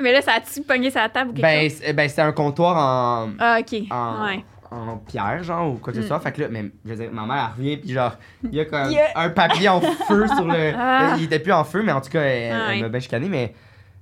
S3: Mais là, ça a-tu pogné sa table ou quelque
S1: Ben,
S3: chose?
S1: c'est ben, c'est un comptoir en,
S3: Ah, ok.
S1: en,
S3: Ouais.
S1: en pierre, genre, ou quoi que ce
S3: Mm.
S1: soit. Fait que là, mais, je veux dire, ma mère, elle revient, puis genre, il y a comme
S2: Il y a-
S1: un papier en
S3: [LAUGHS]
S1: feu sur le.
S3: Ah.
S1: Il était plus en feu, mais en tout cas, elle,
S3: Ah
S1: elle
S3: ouais.
S1: m'a bien chicané, mais.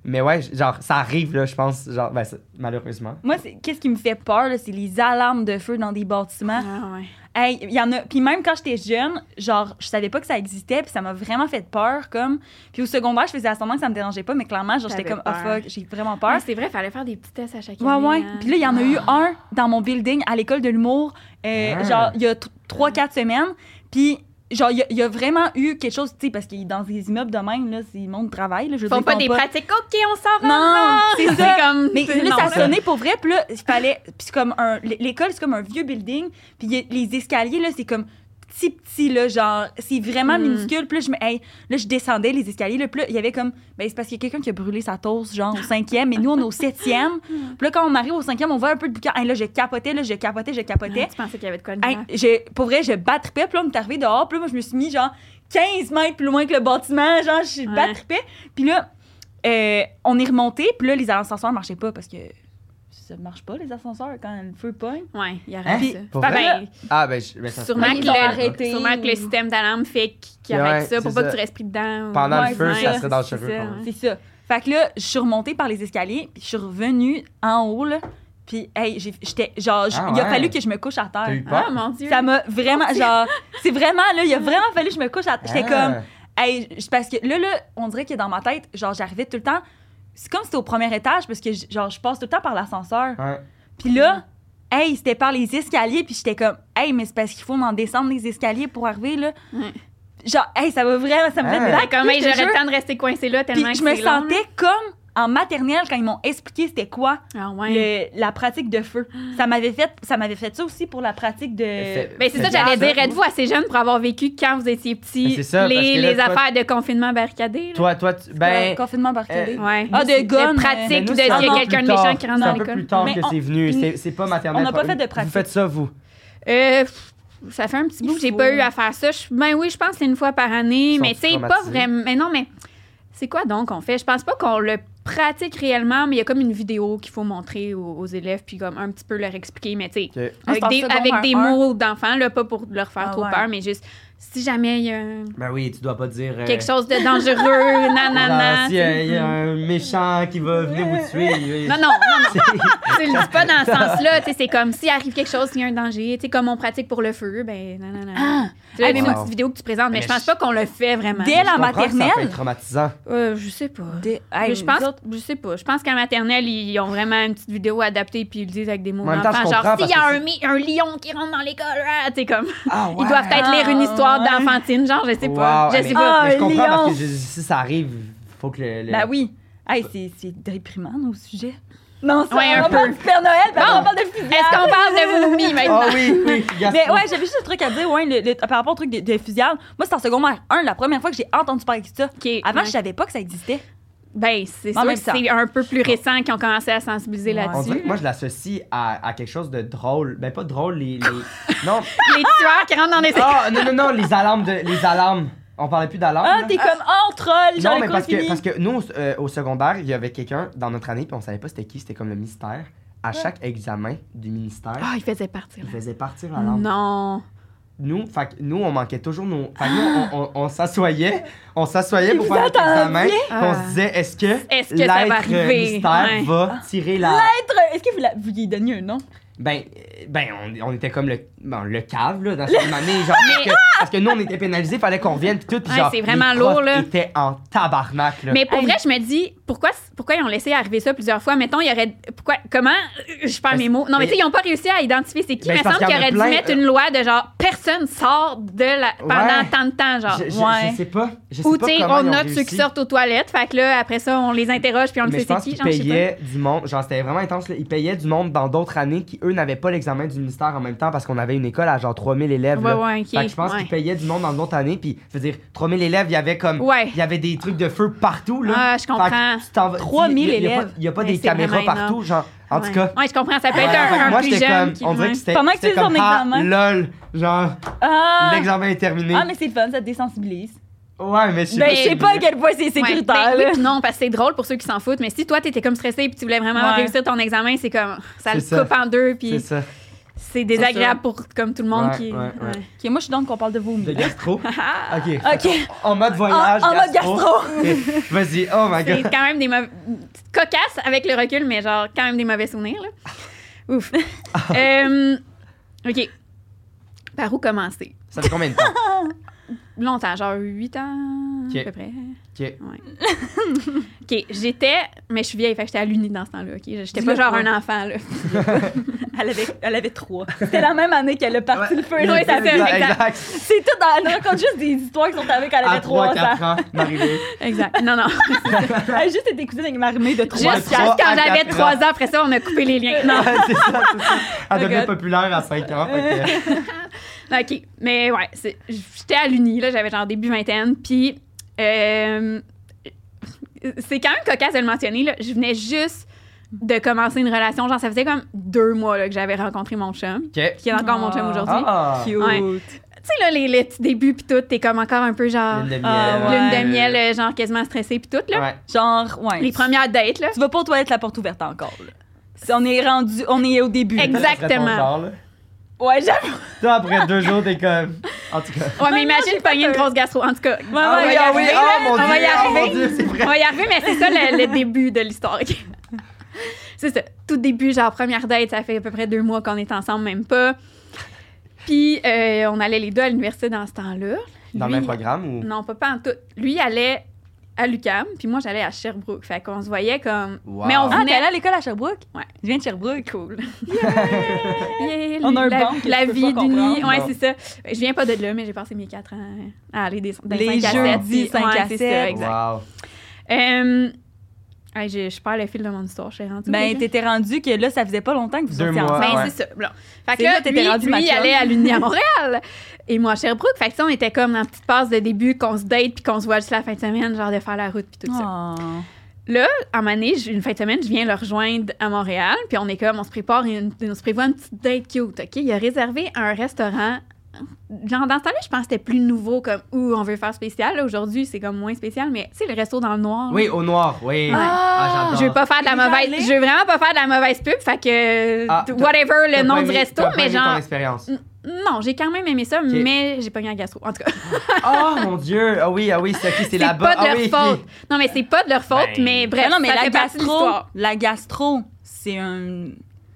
S1: Mais ouais, genre, ça arrive, là, je pense, genre, ben, c'est- malheureusement.
S2: Moi, c'est- qu'est-ce qui me fait peur, là, c'est les alarmes de feu dans des bâtiments.
S3: Ah, ouais.
S2: Hey, il y en a. Puis même quand j'étais jeune, genre, je savais pas que ça existait, puis ça m'a vraiment fait peur, comme. Puis au secondaire, je faisais assommant que ça me dérangeait pas, mais clairement, genre, j'étais
S3: T'avais
S2: comme, oh
S3: peur.
S2: fuck, j'ai vraiment
S3: Ah,
S2: peur.
S3: c'est vrai, fallait faire des petits tests à chaque
S2: Ouais,
S3: année.
S2: ouais.
S3: hein.
S2: Puis là, il y en a eu un dans mon building à l'école de l'humour, euh,
S1: Ah.
S2: genre, il y a 3-4 semaines. Puis, genre, il y a- il y, a vraiment eu quelque chose, tu sais, parce que dans des immeubles de même, là, c'est- le monde travaille, là, je veux
S3: Font
S2: dire,
S3: pas
S2: ils font
S3: des pratiques. OK, on s'en va.
S2: Non, c'est
S3: [LAUGHS]
S2: ça.
S3: comme.
S2: Mais
S3: c'est-
S2: là,
S3: non,
S2: ça
S3: ça-
S2: sonnait pour vrai. Puis là, il fallait. Puis c'est comme un. L'école, c'est comme un vieux building. Puis il y a- les escaliers, là, c'est comme petit, petit, là. Genre, c'est vraiment
S3: Mm.
S2: minuscule. Puis là, je, me- hey, là, je descendais les escaliers. Là, puis là, il y avait comme. Ben, c'est parce qu'il y a quelqu'un qui a brûlé sa toast, genre, au cinquième. Mais nous, on est au septième. Puis là, quand on arrive au cinquième, on voit un peu de boucan. Hey, là, je capotais, là, je capotais, je capotais.
S3: Ah, Tu pensais qu'il y avait de quoi de
S2: Hey,
S3: grave.
S2: j'ai- pour vrai, je battripais. Puis là, on est arrivé dehors. Puis là, moi, je me suis mis genre 15 mètres plus loin que le bâtiment. Genre, je
S3: Ouais.
S2: battripais. Puis là, euh, on est remonté. Puis là, les ascenseurs marchaient pas parce que ça marche pas, les ascenseurs, quand le feu pogne.
S3: Ouais, il y aurait
S1: Hein?
S3: ça.
S1: Pour
S3: Ben,
S1: vrai? Ah, ben, je- ben, ça se
S3: Sûrement
S1: peut.
S3: que,
S2: Ils ont
S3: le,
S2: arrêté.
S3: sûrement que le système d'alarme fait qu'il
S1: Ouais,
S3: arrête ça pour
S1: c'est
S3: pas
S1: ça.
S3: que tu restes pris dedans. ou-
S1: Pendant
S2: Ouais,
S1: le feu,
S2: c'est
S1: ça
S2: ça,
S1: serait dans le
S2: c'est
S1: cheveu.
S2: ça.
S1: pardon.
S2: C'est ça. Fait que là, je suis remontée par les escaliers. Puis je suis revenue en haut, là. Puis, hey, j'ai- j'étais genre, j-
S1: Ah
S2: il a
S1: ouais.
S2: fallu que je me couche à
S1: T'as
S2: terre.
S1: eu peur?
S3: Ah, mon Dieu.
S2: Ça m'a vraiment, genre, c'est vraiment, là, il a vraiment fallu que je me couche à terre. J'étais
S1: Ah.
S2: comme, Hey, j- parce que là, là, on dirait que dans ma tête, genre, j'arrivais tout le temps. C'est comme si c'était au premier étage, parce que j- genre, je passe tout le temps par l'ascenseur.
S1: Ouais.
S2: Puis là, hey, c'était par les escaliers, puis j'étais comme, hey, mais c'est parce qu'il faut m'en descendre les escaliers pour arriver, là.
S3: Ouais.
S2: Genre, hey, ça va vraiment, ça me fait
S1: Ah.
S2: de la
S3: Fait comme,
S2: crise,
S3: hey,
S2: je te
S3: j'aurais le
S2: jure.
S3: temps de rester coincé là tellement
S2: Puis
S3: que
S2: je me
S3: c'est long,
S2: sentais comme en maternelle quand ils m'ont expliqué c'était quoi
S3: là. Ah ouais.
S2: le- la pratique de feu. Ça m'avait fait ça m'avait fait ça aussi pour la pratique de
S1: Fait-
S3: Ben, c'est ça,
S1: fait-
S3: j'allais
S1: ça.
S3: dire, êtes-vous assez jeune pour avoir vécu quand vous étiez
S1: Ben,
S3: petit
S1: c'est ça, parce
S3: les,
S1: que là,
S3: les
S1: toi-
S3: affaires de confinement barricadé? là?
S1: Toi, toi, tu-
S2: euh,
S1: ben.
S2: confinement barricadé.
S1: euh,
S3: Ouais.
S2: Ah, de gun,
S3: De pratique
S1: mais nous,
S3: de
S1: c'est
S3: s'il y
S1: un
S3: a
S1: peu
S3: quelqu'un
S1: plus
S3: de méchant
S1: tard.
S3: qui rentre
S1: C'est
S3: dans
S1: un peu plus
S3: l'école.
S1: tard
S2: Mais
S1: que
S2: on-
S1: c'est venu.
S2: on-
S1: C'est- C'est pas maternel.
S2: on n'a pas fait de
S1: Vous
S2: pratique.
S1: faites ça, vous.
S3: Euh, pff, ça fait un petit bout
S2: Il
S3: que j'ai
S2: faut.
S3: pas eu à faire ça. Je- ben oui, je pense que c'est une fois par année,
S1: Ils
S3: mais
S1: sont
S3: tu sais, pas
S1: traumatisés.
S3: vraiment. Mais non, mais c'est quoi donc qu'on fait? Je pense pas qu'on le pratique réellement, mais il y a comme une vidéo qu'il faut montrer aux, aux élèves, puis comme un petit peu leur expliquer, mais tu sais,
S1: OK.
S3: avec
S2: Ah,
S3: des,
S2: c'est bon,
S3: avec
S2: un-
S3: des
S2: un.
S3: mots d'enfants, là, pas pour leur faire
S2: Ah,
S3: trop
S2: ouais. Euh.
S3: peur, mais juste si jamais il y a un-
S1: Ben oui, tu dois pas dire. euh,
S3: quelque chose de dangereux, [LAUGHS] nanana.
S1: genre, si, euh, il y a un méchant qui va venir vous tuer.
S3: Non, non, non, non.
S2: [LAUGHS]
S3: tu le dis pas dans ce sens-là. tu sais, C'est comme s'il arrive quelque chose, s'il y a un danger. tu sais, Comme on pratique pour le feu, ben non, non, non. Tu vois,
S2: Ah,
S3: même
S1: mais-
S3: une petite vidéo que tu présentes, mais,
S1: Mais
S3: je pense
S1: je-
S3: pas qu'on le fait vraiment.
S2: Dès la
S1: Je comprends que Ça peut
S2: maternelle.
S1: être traumatisant.
S3: Euh, je sais pas.
S2: Des-
S3: Mais
S2: Hey,
S3: je
S2: nous
S3: pense,
S2: autres,
S3: je sais pas. Je pense qu'à maternelle, ils ont vraiment une petite vidéo adaptée puis ils le disent avec des mots
S1: En même temps,
S3: d'enfant.
S1: je
S3: Genre,
S1: comprends
S3: s'il y a
S1: parce
S3: un, mi- un lion qui rentre dans l'école, ah, tu sais, comme,
S1: Ah
S3: ils doivent peut-être lire une histoire
S2: Ah, ouais.
S3: d'enfantine, genre, je sais pas.
S1: Wow,
S3: Je
S1: mais-
S3: sais pas.
S2: Ah,
S1: mais je comprends
S2: lion.
S1: parce que je- si ça arrive, faut que le. le-
S2: Ben oui. Hey, c'est- c'est déprimant, nos sujets. Non, c'est
S3: Ouais, un
S2: on
S3: peu.
S2: parle du Père Noël, puis
S3: Bon.
S2: après, on parle de fusillade.
S3: Est-ce qu'on parle de vomi maintenant?
S1: Ah oui, oui,
S2: Mais
S1: Gaston.
S2: ouais, j'avais juste un truc à dire, ouais, le- le- par rapport au truc de, de fusillade. Moi, c'est en secondaire 1, la première fois que j'ai entendu parler de ça.
S3: Ok,
S2: Avant,
S3: ouais.
S2: je savais pas que ça existait.
S3: Ben, c'est
S2: En
S3: sûr
S2: même
S3: que
S2: temps.
S3: c'est un peu plus récent qu'ils ont commencé à sensibiliser
S2: Ouais.
S1: On dirait
S3: là-dessus.
S1: que moi, je l'associe à, à quelque chose de drôle. Ben, pas drôle, les. les- [LAUGHS] Non.
S3: Les tueurs qui rentrent dans les écoles.
S1: Ah, non, non, non, les alarmes. De... Les alarmes. On parlait plus d'alarmes.
S2: Ah,
S1: là.
S2: t'es comme, oh, troll, genre,
S1: Non,
S2: le
S1: mais
S2: cours
S1: parce que,
S2: fini.
S1: parce que nous, au- euh, au secondaire, il y avait quelqu'un dans notre année, puis on savait pas c'était qui, c'était comme le ministère. À chaque examen du ministère,
S3: Ah, ils faisaient partir.
S1: il
S3: là.
S1: faisait partir l'alarme.
S3: Non.
S1: Nous, fait que nous, on manquait toujours nos. Fait que
S3: Ah!
S1: nous, on, on- on s'assoyait, on s'assoyait
S2: Puis
S1: pour
S2: vous
S1: faire notre examen,
S2: attendiez?
S1: puis on
S3: Ah.
S1: se disait, est-ce que,
S3: Est-ce que ça va
S1: l'être
S3: arriver?
S1: ministère
S3: Ouais.
S1: va tirer la.
S2: Maître, euh, Est-ce que vous, la- vous lui donniez un nom?
S1: Ben, euh, ben on, on était comme le, bon, le cave, là, dans cette année. Genre, parce, que, parce que nous, on était pénalisés, fallait qu'on revienne, puis tout. Puis
S3: Ouais,
S1: genre,
S3: c'est vraiment
S1: les profs
S3: lourd, là.
S1: étaient en tabarnak, là.
S3: Mais pour
S2: Hey.
S3: vrai, je me dis, pourquoi, pourquoi ils ont laissé arriver ça plusieurs fois? Mettons, il y aurait. Pourquoi, comment? euh, Je perds
S1: Mais-
S3: mes mots. Non, mais,
S1: mais-
S3: tu sais, ils n'ont pas réussi à identifier c'est qui.
S1: Ben, c'est
S3: mais il me
S1: parce
S3: semble
S1: qu'il
S3: qu'ils
S1: y en a
S3: auraient dû
S1: plein,
S3: mettre
S1: euh,
S3: une loi de genre, personne sort de la, pendant
S1: Ouais.
S3: tant de temps, genre.
S1: je, je,
S2: ouais.
S1: je sais pas. Je sais
S3: Ou,
S1: pas
S3: tu sais,
S1: comment
S3: on
S1: ils ont
S3: note ceux qui
S1: réussi.
S3: sortent aux toilettes. Fait que là, après ça, on les interroge puis on le
S1: mais
S3: sait
S1: je
S3: c'est
S1: pense
S3: qui,
S1: qu'ils
S3: genre, je sais
S1: payaient du monde, genre c'était vraiment intense, là. ils payaient du monde dans d'autres années qui, eux, n'avaient pas l'examen du ministère en même temps parce qu'on avait une école à genre 3000
S3: pas.
S1: élèves.
S3: Ouais,
S1: là.
S3: ouais,
S1: Fait que je pense
S3: ok.
S1: qu'ils
S3: ouais.
S1: payaient du monde dans d'autres années, puis je veux dire, 3000 élèves, il y avait comme.
S3: Ouais.
S1: Il y avait des trucs de feu partout, là.
S3: Ah, je comprends.
S1: Fait que tu t'en vas- il
S2: 3000
S1: y a- il y a pas-
S2: élèves.
S1: Il n'y a pas
S3: Mais
S1: des
S3: c'est
S1: caméras
S3: vraiment
S1: partout, genre. En
S3: Ouais.
S1: tout cas.
S3: Ouais, je comprends. Ça peut
S1: Ouais,
S3: être
S1: fait que
S3: un, un
S1: moi,
S3: plus
S1: j'étais
S3: jeune.
S1: comme.
S3: qui-
S1: On dirait
S3: ouais.
S1: que c'était.
S2: Pendant que
S1: c'était
S2: tu faisais
S1: comme,
S2: ton
S1: ah,
S2: examen.
S1: lol, genre,
S2: Ah!
S1: l'examen est terminé.
S2: Ah, mais c'est le fun, ça te désensibilise.
S1: Ouais, mais je sais
S2: Ben, je sais pas à quel point c'est
S3: Ouais,
S2: sécuritaire.
S3: ben oui,
S2: là.
S3: puis non, parce que c'est drôle pour ceux qui s'en foutent, mais si toi, t'étais comme stressé puis tu voulais vraiment
S2: Ouais.
S3: réussir ton examen, c'est comme, ça
S1: C'est
S3: le
S1: ça.
S3: coupe en deux
S1: C'est
S3: puis
S1: ça.
S3: c'est désagréable pour comme tout le monde
S1: Ouais,
S3: qui.
S1: ouais, ouais. [LAUGHS] Ah,
S2: Ok, moi, je suis donc qu'on parle de vomi.
S1: De gastro. ok.
S3: Ah.
S2: Ok.
S1: En mode voyage.
S2: En- en mode
S1: Ok, Vas-y, oh my
S3: C'est
S1: god.
S3: quand même des mauvais. Cocasse avec le recul, mais genre, quand même des mauvais souvenirs, là.
S1: [LAUGHS]
S3: Ouf. Euh, OK. Par où commencer?
S1: Ça fait combien de temps?
S3: Longtemps, genre 8 ans,
S1: Ok.
S3: à peu près.
S1: Ok.
S3: OK, j'étais. Mais je suis vieille, fait que j'étais à l'uni dans ce temps-là, OK? J'étais pas
S2: Dis-le
S3: genre
S2: pas.
S3: un
S2: [LAUGHS]
S3: enfant, là.
S2: Elle avait, elle avait trois. C'était la même année qu'elle a parti le feu.
S1: Ouais,
S2: là,
S3: oui,
S2: ça
S3: Ah, c'est
S2: fait-
S3: ça.
S1: Exact.
S2: C'est tout dans. Elle nous raconte juste des histoires qui sont arrivées quand elle
S1: À
S2: avait
S1: 3,
S2: trois ans.
S1: 4 Ah, ans,
S3: [LAUGHS]
S1: Marie-Lou.
S3: Exact. Non, non.
S2: Elle a juste été cousine avec ma armée de trois.
S3: Juste
S1: Trois,
S3: quand
S1: à quatre
S3: j'avais
S1: ans.
S3: 3 ans, après ça, on a coupé les liens. Non.
S1: Ouais, Ah, c'est ça, c'est ça. Elle
S2: Oh my
S1: devient
S2: God.
S1: populaire à 5 ans. fait
S3: [LAUGHS] OK. Mais ouais, c'est- j'étais à l'Uni, là, j'avais genre début vingtaine, puis euh, c'est quand même cocasse de le mentionner, là. Je venais juste de commencer une relation, genre ça faisait comme deux mois là, que j'avais rencontré mon chum,
S1: que-
S3: [LAUGHS]
S1: Ok.
S3: qui est encore mon
S2: Ah.
S3: chum aujourd'hui.
S1: Ah!
S2: Cute.
S3: Ouais. Tu sais, là, les, les petits débuts, puis tout, t'es comme encore un peu genre...
S1: Lune de miel.
S2: Ah, ouais.
S3: Lune de miel, euh, genre quasiment stressée, puis tout, là.
S1: Ouais.
S2: Genre, ouais.
S3: Les premières
S1: [LAUGHS]
S3: dates, là.
S2: Tu vas pas aux toilettes la porte ouverte encore. là. Si on est rendu, on est au début. là.
S3: Exact.
S1: Ça serait ton
S3: Exactement.
S1: genre, là.
S2: Ouais, j'avoue.
S1: Toi, après deux jours, t'es comme. En tout cas.
S3: Ouais, mais
S2: non, j'ai
S3: imagine
S2: pas
S3: pogner une
S2: peur.
S3: grosse gastro. En tout cas,
S2: Ouais,
S1: Ah
S2: ouais,
S1: oui,
S2: y
S1: ah oui,
S2: arriver,
S1: ah
S2: là.
S1: mon
S3: on
S1: dieu,
S3: va y
S1: ah mon
S3: arriver.
S1: Dieu, c'est vrai.
S3: On va y arriver, mais c'est ça le, le début de l'histoire. ok? c'est ça. Tout début, genre première date, ça fait à peu près deux mois qu'on est ensemble, même pas. Puis euh, on allait les deux à l'université dans ce temps-là.
S1: Dans le
S3: Lui-
S1: même programme ou.
S3: Non, pas, pas en tout. Lui allait à l'UCAM, puis moi j'allais à Sherbrooke. Fait qu'on se voyait comme.
S1: Wow.
S3: Mais on
S2: Ah, t'es
S3: venait.
S2: allée à l'école à Sherbrooke?
S3: Ouais.
S2: Je viens de Sherbrooke.
S3: Cool. Yeah,
S2: On a un
S3: la,
S2: banc que
S3: la
S2: tu peux pas
S3: vie d'uni.
S2: comprendre.
S3: Ouais,
S1: Non.
S3: c'est ça. Je viens pas de là, mais j'ai passé mes quatre ans à aller des, des
S2: Les
S3: 5 à 7.
S2: jeudis,
S3: puis-
S2: cinq
S3: ouais,
S2: à
S3: c'est
S2: sept.
S3: ça, exact.
S1: Wow.
S3: Euh, hey, je, je perds le fil de mon histoire, je suis rendue.
S2: Ben,
S3: où déjà?
S2: t'étais rendu que là, ça faisait pas longtemps que vous
S1: Deux
S2: étiez
S1: mois.
S2: ensemble.
S3: Ben,
S1: Ah, ouais.
S3: c'est ça. Bon. Fait que
S2: C'est
S3: là,
S2: là que t'étais
S3: lui,
S2: rendu ma
S3: lui
S2: chum.
S3: allait
S1: [LAUGHS]
S3: à l'Uni à Montréal et moi à Sherbrooke. Fait que ça, on était comme dans la petite passe de début qu'on se date puis qu'on se voit juste la fin de semaine, genre de faire la route puis tout
S1: Ah.
S3: ça.
S2: Oh.
S3: À un moment donné, j- une fin de semaine, je viens le rejoindre à Montréal puis on est comme, on se prépare, une- on se prévoit une petite date cute, OK? Il a réservé un restaurant genre, dans ce temps-là, je pense que c'était plus nouveau, comme, où on veut faire spécial. Là, Aujourd'hui, c'est comme moins spécial, mais tu sais, le resto dans le noir.
S1: Oui,
S3: là.
S1: au noir, oui.
S2: Ah,
S1: j'adore.
S3: Je veux pas faire de la
S2: Vous y
S3: mauvaise.
S2: allez?
S3: Je veux vraiment pas faire de la mauvaise pub, fait que.
S1: Ah, t'as-
S3: whatever
S1: T'as
S3: le
S1: pas
S3: nom du
S1: aimé-
S3: resto,
S1: t'as pas
S3: mais
S1: aimé
S3: genre.
S1: ton expérience.
S3: [LAUGHS] Non, j'ai quand même aimé ça, mais j'ai pas eu un gastro. En tout cas,
S1: Oh mon dieu! Ah oui, ah oui, c'est ok, c'est
S3: c'est pas
S1: là-bas.
S3: de
S1: ah
S3: leur
S1: oui.
S3: faute. Non, mais c'est pas de leur faute,
S1: Ben-
S3: mais bref,
S2: Ben non, mais
S3: ça
S2: la
S3: fait partie de
S2: gastro,
S3: l'histoire.
S2: la gastro, c'est un,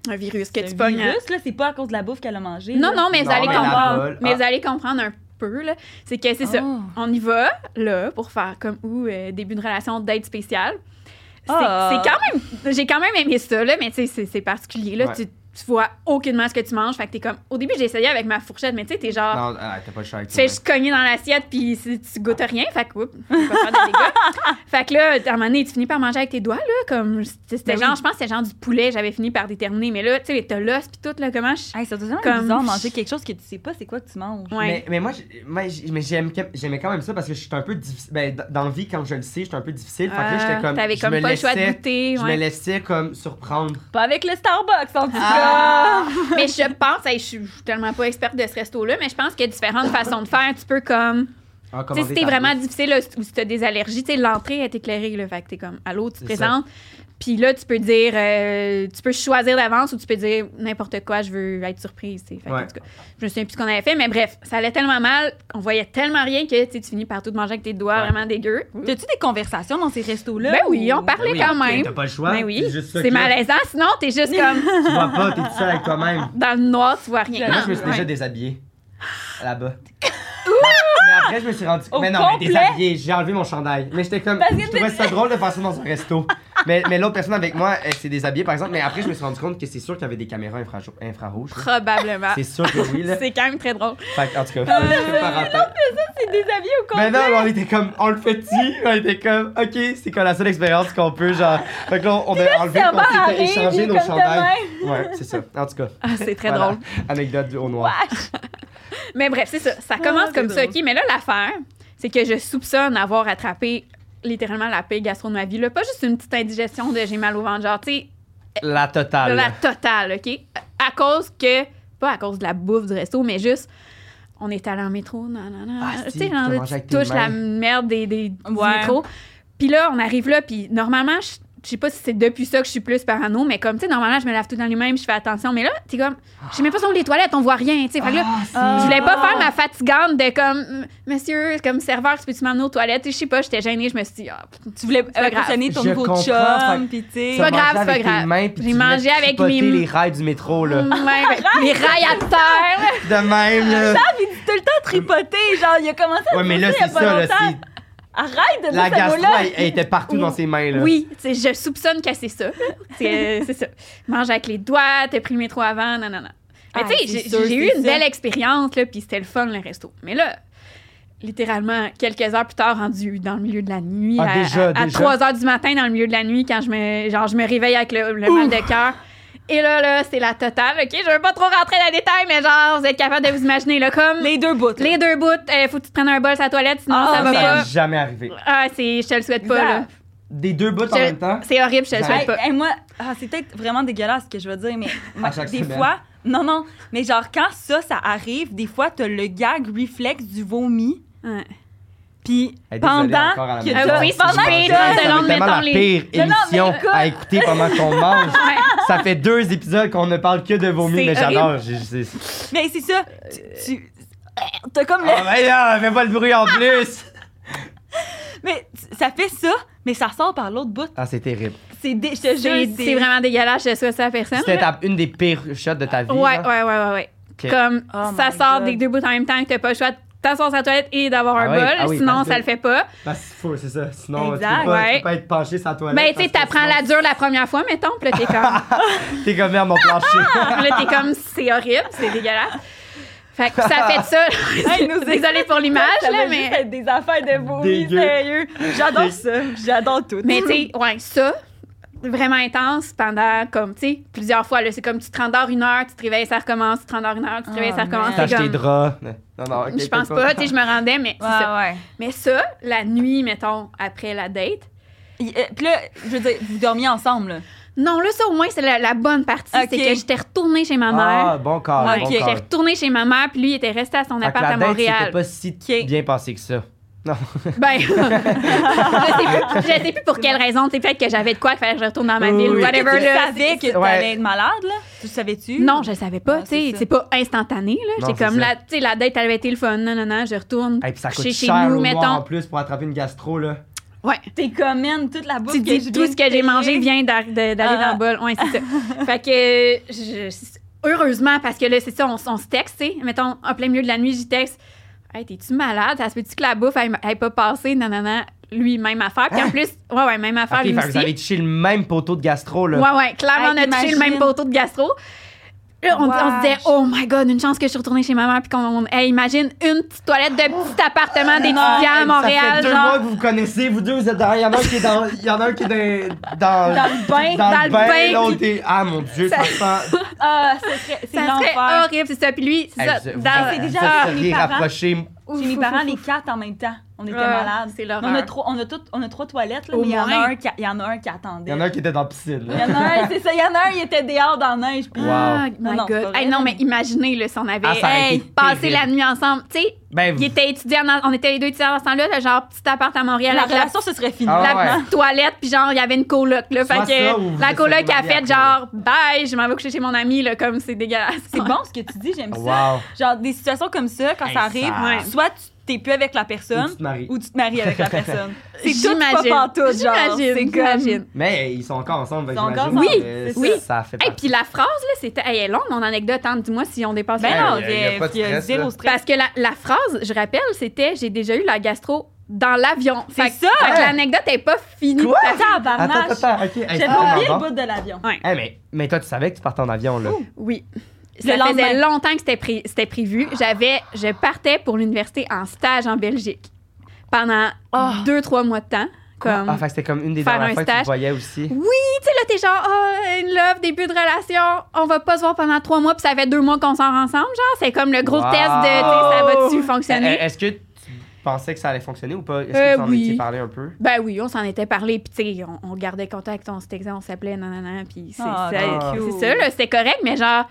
S3: Un virus que
S2: c'est
S3: tu
S2: un
S3: pognes. hein.
S2: virus, là, c'est pas à cause de la bouffe qu'elle a mangée.
S3: Non,
S2: là.
S3: non, mais vous
S1: Non,
S3: allez
S1: mais la
S3: comprendre.
S1: vole,
S3: Mais
S1: ah.
S3: vous allez comprendre un peu, là. C'est que c'est ça.
S2: Oh.
S3: On y va, là, pour faire comme ou euh, début de relation date spéciale. C'est
S2: Ah.
S3: c'est quand même. J'ai quand même aimé ça, là, mais tu sais, c'est- c'est particulier, là.
S1: Ouais.
S3: Tu, tu vois aucunement ce que tu manges. Fait que t'es comme. Au début, j'ai essayé avec ma fourchette, mais tu sais, t'es genre.
S1: Non, ah, t'as pas le choix avec
S3: Tu
S1: toi,
S3: fais
S1: ouais.
S3: juste cogner dans l'assiette, puis si tu goûtes rien. Fait que, oups, tu vas faire
S2: [LAUGHS]
S3: des dégâts. fait que là, à un moment donné, tu finis par manger avec tes doigts, là. Comme, c'était
S2: Ben oui.
S3: genre, je pense que c'était genre du poulet, j'avais fini par déterminer. Mais là, tu sais, t'as l'os, puis tout, là, comment je.
S2: Hey, c'est totalement
S3: Comme-
S2: bizarre de manger quelque chose que tu sais pas c'est quoi que tu manges.
S3: Ouais.
S1: Mais, mais moi, j'ai- moi, j'ai- mais j'aime que- j'aimais quand même ça parce que je suis un peu difficile. Ben, d- dans la vie, quand je le sais, je suis un peu difficile. Fait que là,
S3: Ah,
S1: j'étais comme.
S3: T'avais
S1: je
S3: comme
S1: me
S3: pas le choix de
S1: laissais-
S3: goûter.
S1: Je
S3: ouais.
S1: me laissais comme surprendre.
S2: Pas avec le Starbucks, en tout
S3: Ah!
S2: cas.
S3: [LAUGHS] mais je pense, hey, je suis tellement pas experte de ce resto-là, mais je pense qu'il y a différentes façons de faire. Tu peux comme.
S1: Ah,
S3: Tu sais,
S1: commander
S3: si t'es
S1: ta
S3: vraiment
S1: bouffe.
S3: difficile là, ou si t'as des allergies, tu sais, l'entrée est éclairée, là. Fait que t'es comme, allô, tu te
S1: C'est ça.
S3: présentes. Puis là, tu peux dire, euh, tu peux choisir d'avance ou tu peux dire n'importe quoi, je veux être surprise, tu sais. Fait que,
S1: Ouais.
S3: en tout cas, je me souviens plus ce qu'on avait fait, mais bref, ça allait tellement mal, on voyait tellement rien que tu sais, tu finis par tout manger avec tes doigts
S1: Ouais.
S3: vraiment dégueu.
S2: T'as-tu des conversations dans ces restos-là?
S3: Ben oui,
S2: ou-
S3: on
S1: Ben
S3: parlait
S1: oui,
S3: quand
S1: mais
S3: même.
S1: T'as pas le choix.
S3: Ben oui,
S1: c'est juste ça
S3: c'est
S1: que-
S3: malaisant, sinon t'es juste comme
S1: [LAUGHS] Tu vois pas, t'es tout seul avec toi-même.
S3: dans le noir, tu vois rien.
S1: Mais Moi, je me suis
S3: Ouais.
S1: déjà déshabillé.
S2: [LAUGHS]
S1: Là-bas. mais après, je me suis rendu.
S2: Au
S1: mais non, mais
S2: complet?
S1: déshabillé, j'ai enlevé mon chandail. Mais j'étais comme.
S2: Parce que
S1: Je trouvais ça drôle de faire ça dans un resto. mais mais l'autre personne avec moi, elle s'est déshabillée par exemple. Mais après, je me suis rendu compte que c'est sûr qu'il y avait des caméras infrajo- infrarouges. là.
S3: Probablement.
S1: C'est sûr que oui, là.
S3: C'est quand même très drôle.
S1: Fait que, en tout cas,
S2: Ah,
S1: c'est Ben, parenthèse.
S2: C'est déshabillé au
S1: Mais
S2: complet.
S1: non, mais on était comme. On le fait petit. On était comme. Ok, c'est comme la seule expérience qu'on peut, genre. Fait que là, on a enlevé,
S2: serveur
S1: on s'était
S2: arrive, il
S1: échangé
S2: est
S1: nos
S2: comme de
S1: chandails. Ouais, c'est ça. En tout cas.
S3: Ah, c'est très
S1: voilà.
S3: drôle.
S1: Anecdote du- au noir.
S3: Mais bref, c'est ça. Ça commence
S2: Ah,
S3: comme
S2: c'est
S3: ça.
S2: drôle.
S3: OK, mais là, l'affaire, c'est que je soupçonne avoir attrapé littéralement la paix gastro de ma vie. Là, pas juste une petite indigestion de j'ai mal au ventre, genre, tu sais,
S1: La totale.
S3: la totale, OK? À cause que, pas à cause de la bouffe du resto, mais juste, on est allé en métro, nan, nan, nan.
S1: Ah,
S3: tu
S1: si,
S3: sais,
S1: t'as
S3: genre,
S1: mangé
S3: tu
S1: avec tes
S3: touches la
S1: mains.
S3: merde des, des, du
S2: Ouais.
S3: métro. Puis là, on arrive là, puis normalement, je je sais pas si c'est depuis ça que je suis plus parano, mais comme, tu sais, normalement, je me lave tout dans les mains, puis je fais attention. Mais là, t'es comme, je sais même pas si on les toilettes, on voit rien, tu sais. Fait que là,
S2: Ah.
S3: je voulais pas
S2: Ah.
S3: faire ma fatigante de comme, monsieur, comme serveur, tu peux-tu m'amener aux toilettes? Tu sais, Je sais pas, j'étais gênée, je me suis dit, ah,
S2: [LAUGHS]
S3: pff,
S2: Tu voulais
S3: pas grave.
S2: impressionner ton
S1: Je
S2: nouveau
S1: comprends,
S2: chum,
S1: fait-
S2: pis tu sais.
S1: Tu as
S3: pas grave,
S1: mangé
S3: c'est pas
S1: avec tes
S3: grave.
S1: mains, puis
S3: J'ai
S1: tu
S3: mangé
S1: venais
S3: avec
S1: tripoter
S3: mes-
S1: les rails du métro, Oh là.
S3: ouais, ben, les rails à terre,
S1: [LAUGHS]
S3: là.
S1: De même, là.
S2: Ah, pis tout le temps tripoté, genre, il a commencé à
S1: Ouais, mais là, c'est
S2: tripoter il y a pas
S1: ça, là.
S2: longtemps.
S1: c'est-
S2: Arrête de
S1: La
S2: dire ce
S1: gastro,
S2: mot-là.
S1: elle, elle était partout
S3: Oui.
S1: dans ses mains, là.
S3: Oui, c'est- je soupçonne que c'est ça. C'est c'est ça. Mange avec les doigts, t'as pris le métro avant, non, non, non. Mais
S2: Ah,
S3: tu sais,
S2: c'est
S3: j'ai-
S2: sûr,
S3: j'ai eu
S2: c'est
S3: une
S2: ça.
S3: belle expérience, là, puis c'était le fun, le resto. Mais là, littéralement, quelques heures plus tard, rendu dans le milieu de la nuit,
S1: Ah,
S3: à,
S1: déjà,
S3: à- à
S1: déjà.
S3: 3 heures du matin, dans le milieu de la nuit, quand je me, genre, je me réveille avec le, le mal de cœur. Et là, là, c'est la totale, OK? Je veux pas trop rentrer dans les détails, mais genre, vous êtes capable de vous imaginer, là, comme les,
S2: Les deux bouts. là.
S3: deux bouts, euh, faut que tu te prennes un bol sur la toilette, sinon
S2: Ah,
S3: ça
S1: Ça,
S3: va
S1: ça
S3: pas.
S1: m'est jamais arrivé.
S3: Ah, c'est, je te le souhaite pas, là.
S1: Des deux bouts en
S3: Je-
S1: même temps.
S3: C'est horrible, je te le
S1: Hey,
S3: souhaite
S2: Hey,
S3: pas.
S2: hey, moi, ah, c'est peut-être vraiment dégueulasse ce que je veux dire, mais moi,
S1: chaque
S2: des
S1: semaine.
S2: fois, non, non, mais genre quand ça, ça arrive, des fois, t'as le gag réflexe du vomi,
S3: Ouais.
S2: puis
S1: Hey, désolé,
S2: pendant
S1: encore à la
S2: que
S1: maison.
S3: Ah oui,
S2: t'as- pendant
S3: c'est
S2: que
S3: une
S1: Ça
S2: t'as-
S3: idée.
S1: va
S3: Selon
S1: être tellement la
S3: mettons les-
S1: pire
S2: Non, non, mais
S1: émission
S2: écoute.
S1: à écouter pendant qu'on mange.
S3: Ouais.
S1: Ça fait deux épisodes qu'on ne parle que de vomi,
S3: C'est
S1: mais j'adore. j'ai- j'ai-
S2: Mais c'est ça, tu- tu- euh, t'as comme le-
S1: Ah, mais là, fais pas le bruit en plus.
S2: Mais tu- ça fait ça, mais ça sort par l'autre bout.
S1: Ah, c'est terrible.
S2: C'est dé- je te
S3: C'est
S2: jure,
S3: c'est vraiment dégueulasse, je souhaite ça à personne.
S1: C'était
S3: là.
S1: ta- une des pires shots de ta vie.
S3: Ouais,
S1: là.
S3: ouais, ouais, ouais, ouais.
S1: Ok.
S3: Comme
S2: Oh
S3: ça
S2: my
S3: sort
S2: God.
S3: des deux bouts en même temps que t'as pas le choix de t'asseoir sur la toilette et d'avoir
S1: Ah
S3: un
S1: oui,
S3: bol,
S1: ah oui,
S3: sinon
S1: parce que-
S3: ça le fait pas.
S1: Parce qu'il faut, Bah, c'est ça. Sinon, tu peux,
S2: Exact,
S1: pas, tu
S3: ouais.
S1: peux pas être penché sur la toilette.
S3: Ben, tu sais,
S1: parce que
S3: t'apprends
S1: sinon,
S3: la dure la première fois, mettons, pis là, t'es
S1: [LAUGHS]
S3: comme, [LAUGHS]
S1: T'es comme merde, mon plancher.
S3: là, t'es comme, c'est horrible, c'est dégueulasse. Fait que ça fait
S1: [LAUGHS]
S3: ça.
S2: [LAUGHS] Hey, nous
S3: [LAUGHS] Désolée pour l'image,
S2: Ça
S3: là,
S2: fait
S3: mais.
S2: juste être des affaires de vomi,
S1: Dégueu.
S2: sérieux. J'adore ça, j'adore tout. [LAUGHS]
S3: Mais tu sais, ouais, ça, vraiment intense pendant comme, tu sais, plusieurs fois. là. C'est comme tu te rendors une heure, tu te réveilles, ça recommence, tu te rendors une heure, tu te
S2: Oh,
S3: réveilles, ça recommence.
S1: [LAUGHS]
S2: man.
S1: T'as
S3: C'est
S1: acheté
S3: comme,
S1: des draps. Non, non, ok,
S3: je pense
S1: t'as pas-
S3: pas, tu sais, je me rendais, mais c'est ça.
S2: ouais.
S3: Mais ça, la nuit, mettons, après la date,
S2: Et, euh, Puis là, je veux dire, vous dormiez ensemble, là.
S3: Non, là, ça, au moins, c'est la, la bonne partie.
S2: Ok.
S3: C'est que j'étais retournée chez ma
S1: Ah,
S3: mère.
S1: bon corps,
S2: Ouais,
S1: bon
S2: ok.
S1: call.
S3: J'étais retournée chez ma mère, puis lui, il était resté à son
S1: Fait que
S3: appart à
S1: la date,
S3: Montréal.
S1: c'était pas si
S2: Ok.
S1: bien passé que ça.
S3: Ben, [LAUGHS] je, sais plus, je sais plus pour quelle raison. Tu sais, peut-être que j'avais de quoi, qu'il fallait que je retourne dans ma
S1: Oui,
S3: ville.
S1: oui.
S3: whatever,
S2: tu
S3: là.
S2: savais que
S1: c'est-
S2: t'allais
S1: ouais.
S2: être malade, là? Tu le savais-tu?
S3: Non, je le savais pas,
S2: Non,
S3: tu
S2: Ah, c'est
S3: sais,
S2: ça.
S3: c'est pas instantané là,
S1: Non,
S3: j'étais
S1: c'est
S3: comme
S1: ça.
S3: la, tu sais, la date avait été le fun, non non non, je retourne
S1: Et puis ça coûte
S3: chez, chez
S1: cher
S3: nous
S1: au noir en
S3: mettons.
S1: plus pour attraper une gastro, là.
S3: Ouais.
S2: T'es comme, man, toute la bouffe
S3: Tu
S2: que
S3: dis
S2: je
S3: tout
S2: viens
S3: ce
S2: de
S3: que j'ai
S2: payer.
S3: mangé vient d'a- de- d'aller
S2: Ah.
S3: dans le bol. Ouais,
S1: [LAUGHS]
S3: c'est ça. fait que je- heureusement parce que là c'est ça on, s- on se texte, tu sais, mettons en plein milieu de la nuit, j'y texte "Hey, t'es-tu malade Ça se peut-tu que la bouffe elle, elle pas passé Non non non, lui même affaire. Puis en plus, ouais ouais, même affaire
S1: Ah. Ok, fait
S3: lui
S1: que vous
S3: aussi.
S1: avez touché le même poteau de gastro, là.
S3: Ouais, ouais, clairement, on a
S2: Hey,
S3: touché le
S2: t'imagines.
S3: même poteau de gastro. Là, on, on se disait,
S2: Wesh.
S3: oh my god, une chance que je suis retournée chez maman. Puis qu'on on- hey, imagine une petite toilette de petit appartement d'étudiant à
S1: Hey, Oh. Ah, ça fait
S3: Montréal,
S1: deux
S3: genre,
S1: mois que vous vous connaissez, vous deux, vous êtes derrière. Il y en a un qui est dans, il y en a un qui est dans, dans,
S2: Dans le bain,
S1: dans
S3: dans
S1: le
S3: le
S1: bain,
S3: bain,
S1: l'autre est. Ah mon dieu, ça,
S3: Ça-
S1: sent.
S2: Ah, ça serait- c'est
S3: ça serait
S2: l'enfer.
S3: horrible, c'est ça. Puis lui, c'est
S1: Hey,
S3: [LAUGHS] ça.
S1: vous- vous-
S3: dans-
S2: c'est
S1: vous
S2: déjà
S1: êtes
S2: chez mes
S1: seriez
S2: parents.
S1: rapprochés.
S3: Ouf,
S2: Chez mes
S3: ouf,
S2: parents,
S3: ouf,
S2: les
S3: ouf.
S2: quatre en même temps. On était
S3: Ah,
S2: malades.
S3: C'est l'horreur.
S2: On a, trois, on, a tout- on a trois toilettes, là,
S3: Au
S2: mais il y, en a
S3: moins.
S2: un qui, il y en a un qui attendait.
S1: Il y en a un qui était dans la piscine,
S2: Il y
S1: là.
S2: en a un, c'est ça, il y en a un, il était dehors dans la neige. Puis...
S1: Wow.
S3: Ah,
S2: Non,
S3: my
S2: non, c'est
S3: god.
S2: pas vrai,
S3: Hey, non,
S2: mais-
S3: mais imaginez-le si on avait
S1: Ah, ça aurait
S3: hey,
S1: été
S3: passé
S1: terrible.
S3: la nuit ensemble. Tu sais,
S1: Ben,
S3: il était étudiant, dans- on était les deux étudiants dans ce temps-là, le genre petit appart à Montréal.
S2: La
S3: avec la
S2: relation, ce serait fini.
S1: Ah
S3: la
S1: ouais.
S3: petite toilette, puis genre, il y avait une coloc, là. Fait
S1: Soit ça, ou
S3: que
S1: vous
S3: la
S1: êtes
S3: coloc a
S1: mariés
S3: fait
S1: après.
S3: genre, bye, je m'en vais coucher chez mon ami, là, comme c'est dégueulasse.
S2: C'est bon ce que tu dis, j'aime ça.
S1: wow.
S2: Genre, des situations comme ça, quand
S1: Hey,
S2: ça
S1: ça-
S2: arrive,
S1: Ouais.
S2: soit tu t'es plus avec la personne,
S1: Ou tu te maries.
S2: ou tu te maries avec la
S3: [LAUGHS]
S2: personne. C'est tout pas
S3: J'imagine.
S2: pantoute, genre.
S3: J'imagine,
S2: C'est comme-
S3: j'imagine.
S1: Mais ils sont encore ensemble, ben,
S2: Ils sont encore
S1: j'imagine que
S2: ensemble, c'est
S1: ça-
S3: ça.
S1: Ça fait
S3: Et
S1: partie.
S3: puis la phrase, là, c'était. Elle est longue, mon anecdote, hein. dis-moi si on dépasse
S2: Ben
S1: Ouais,
S2: non,
S1: y a- y a pas de
S2: il y a
S1: stress,
S2: zéro
S1: là.
S2: stress.
S3: Parce que la, la phrase, je rappelle, c'était j'ai déjà eu la gastro dans l'avion.
S2: C'est
S3: Fait que-
S2: ça!
S3: fait que l'anecdote est pas finie.
S1: Quoi?
S3: Parce-
S1: Attends,
S2: Tabarnache!
S1: attends, attends, ok. Hey,
S2: J'avais
S1: c'est
S2: oublié
S1: vraiment bon.
S2: le bout de l'avion.
S3: Ouais.
S1: Hey, mais, mais toi, tu savais que tu partais en avion, là.
S3: Oui.
S2: Le
S3: Ça faisait
S2: lendemain. Ah.
S3: longtemps que c'était pré- c'était prévu. J'avais, je partais pour l'université en stage en Belgique pendant
S2: Oh.
S3: deux, trois mois de temps. Comme,
S1: Ah, fait que c'était comme une des
S3: Faire
S1: dernières
S3: un
S1: fois que tu
S3: stage.
S1: te voyais aussi.
S3: Tu sais, là, t'es genre, Ah, une love, début de relation, on va pas se voir pendant trois mois, puis ça fait deux mois qu'on sort ensemble, genre. C'est comme le gros
S1: Wow.
S3: test de, tu sais, ça va-tu
S1: Euh,
S3: fonctionner?
S1: Est-ce que tu pensais que ça allait fonctionner ou pas? Est-ce que
S3: Euh,
S1: tu en
S3: oui.
S1: étais parlé un peu?
S3: Ben oui, on s'en était parlé, puis tu sais, on, on gardait contact, on se textait, on s'appelait, nanana, puis c'est
S2: Ah,
S3: ça.
S1: ah.
S2: cute.
S3: C'est ça, là, c'était correct, mais genre,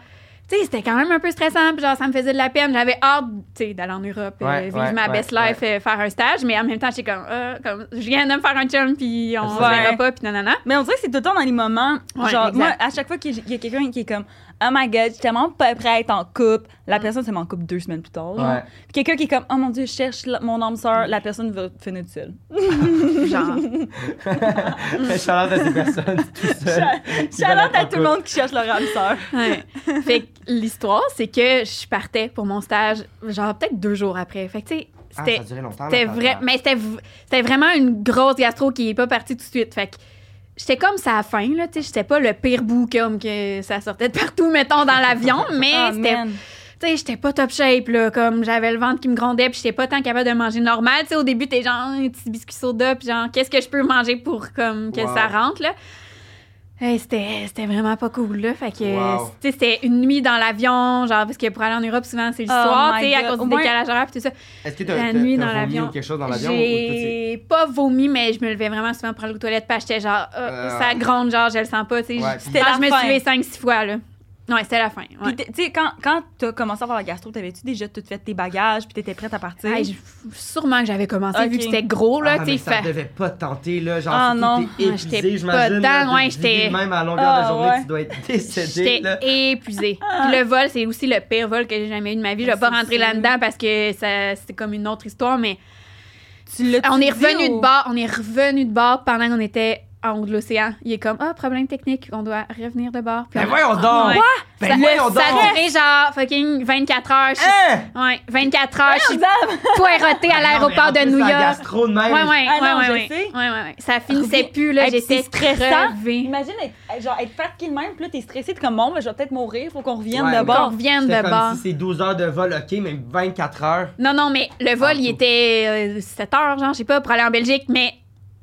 S3: tu sais, c'était quand même un peu stressant, puis genre, ça me faisait de la peine. J'avais hâte, tu sais, d'aller en Europe, euh,
S1: Ouais,
S3: vivre
S1: ouais,
S3: ma
S1: ouais,
S3: best life, euh, faire un stage, mais en même temps, j'étais comme, Ah, comme, je viens de me faire un chum, puis on se
S1: Ouais.
S3: verra pas, puis nanana.
S2: Mais on dirait que c'est tout le temps dans les moments.
S3: Ouais,
S2: genre,
S3: exact.
S2: moi, à chaque fois qu'il y a- il y a quelqu'un qui est comme Oh my god, je suis tellement pas prêt à être en couple,
S3: Mm.
S2: la personne, c'est en couple deux semaines plus tard. genre.
S1: Ouais.
S2: Puis quelqu'un qui est comme Oh mon dieu, je cherche la- mon âme sœur, la personne va finir toute seule. [LAUGHS]
S3: Genre,
S1: [LAUGHS] Charlotte à ces personnes tout seul.
S2: Charlotte à tout le monde qui cherche leur âme sœur.
S3: Ouais. Fait que l'histoire, c'est que je partais pour mon stage, genre peut-être deux jours après. Fait que tu sais,
S1: Ah,
S3: c'était
S1: ça a duré longtemps.
S3: c'était
S1: là,
S3: vrai, mais c'était v- c'était vraiment une grosse gastro qui est pas partie tout de suite. Fait que j'étais comme ça à la fin là, tu sais, j'étais pas le pire bout comme que ça sortait de partout mettons dans
S2: [LAUGHS]
S3: l'avion, mais
S2: Ah,
S3: c'était
S2: man.
S3: tu sais, j'étais pas top shape, là, comme j'avais le ventre qui me grondait, puis j'étais pas tant capable de manger normal. Tu sais, au début, t'es genre, hein, un petit biscuit soda, puis genre, qu'est-ce que je peux manger pour comme, que
S1: Wow.
S3: ça rentre, là? Hey, c'était c'était vraiment pas cool, là. Fait que,
S1: Wow.
S3: tu sais, c'était une nuit dans l'avion, genre, parce que pour aller en Europe, souvent, c'est le
S2: Oh
S3: soir,
S2: my
S3: tu sais, à
S2: God.
S3: cause
S2: Au
S3: du
S2: moins-
S3: décalage horaire, puis tout ça.
S1: Est-ce que t'as t'as-
S3: la nuit
S1: t'as
S3: dans
S1: vomi
S3: l'avion.
S1: ou quelque chose dans l'avion? ou t'as-
S3: J'ai pas vomi, mais je me levais vraiment souvent pour aller aux toilettes, puis j'étais genre, Ah,
S1: Euh.
S3: ça gronde, genre, je le sens pas, tu sais.
S1: Ouais, puis-
S3: Je
S2: C'était
S3: pense
S2: la
S3: que je me
S2: fin.
S3: suis levée 5-6 fois, là. Ouais, c'était la fin. ouais.
S2: Puis t'es- tu sais, quand, quand t'as commencé à avoir la gastro, t'avais-tu déjà tout fait tes bagages, puis t'étais prête à partir?
S3: Hey, je- sûrement que j'avais commencé
S2: Ok.
S3: vu que c'était gros là,
S1: Ah,
S3: tu
S1: mais
S3: sais.
S1: ça
S3: fait-
S1: devait pas te tenter, là. Genre,
S2: Ah,
S1: si
S2: non.
S1: t'étais
S3: Ouais, j'étais
S1: épuisé,
S3: pas
S1: j'imagine.
S3: dedans,
S1: là,
S3: ouais,
S1: de
S3: j'étais-
S1: vider Même à longueur
S2: Ah,
S1: de journée,
S2: ouais.
S1: tu dois être décédé, là.
S3: J'étais épuisée. Puis le vol, c'est aussi le pire vol que j'ai jamais eu de ma vie. Je vais
S2: Ah,
S3: pas
S2: c'est
S3: rentrer
S2: sûr.
S3: là-dedans parce que ça- c'était comme une autre histoire, mais
S2: Ah, Tu l'as-tu
S3: on est
S2: dit
S3: revenu
S2: ou-
S3: de bord. On est revenu de bord pendant qu'on était en haut de l'océan. Il est comme ah problème technique, on doit revenir de bord. Puis
S1: Ben
S3: on-
S1: voyons donc!
S3: Ouais.
S1: Ben voyons
S3: Ça a
S1: donc!
S3: duré genre fucking 24 heures. Je suis-
S1: Hein?
S3: Ouais, 24 heures. Je suis
S2: Madame!
S3: poirotée
S2: Ben,
S3: à l'aéroport de New York.
S1: gastro de même.
S3: Ouais, ouais, ouais,
S2: Ah non,
S3: ouais,
S2: je
S3: ouais.
S2: sais.
S3: Ouais, ouais, ouais. Ça finissait
S2: Reviens.
S3: plus, là.
S2: Hey, puis
S3: J'étais
S2: c'est stressant.
S3: crevée.
S2: Imagine être, genre, être fatigué de même, puis là, t'es stressé, t'es comme bon, mais je vais peut-être mourir, faut qu'on revienne
S1: Ouais, mais-
S2: de
S3: Qu'on
S2: bord.
S3: revienne
S1: C'était
S3: de
S1: comme
S3: bord.
S1: si c'est 12 heures de vol, OK, mais 24 heures.
S3: Non, non, mais le vol,
S1: Ah,
S3: il
S1: tout.
S3: était 7 heures, genre, je sais pas, pour aller en Belgique, mais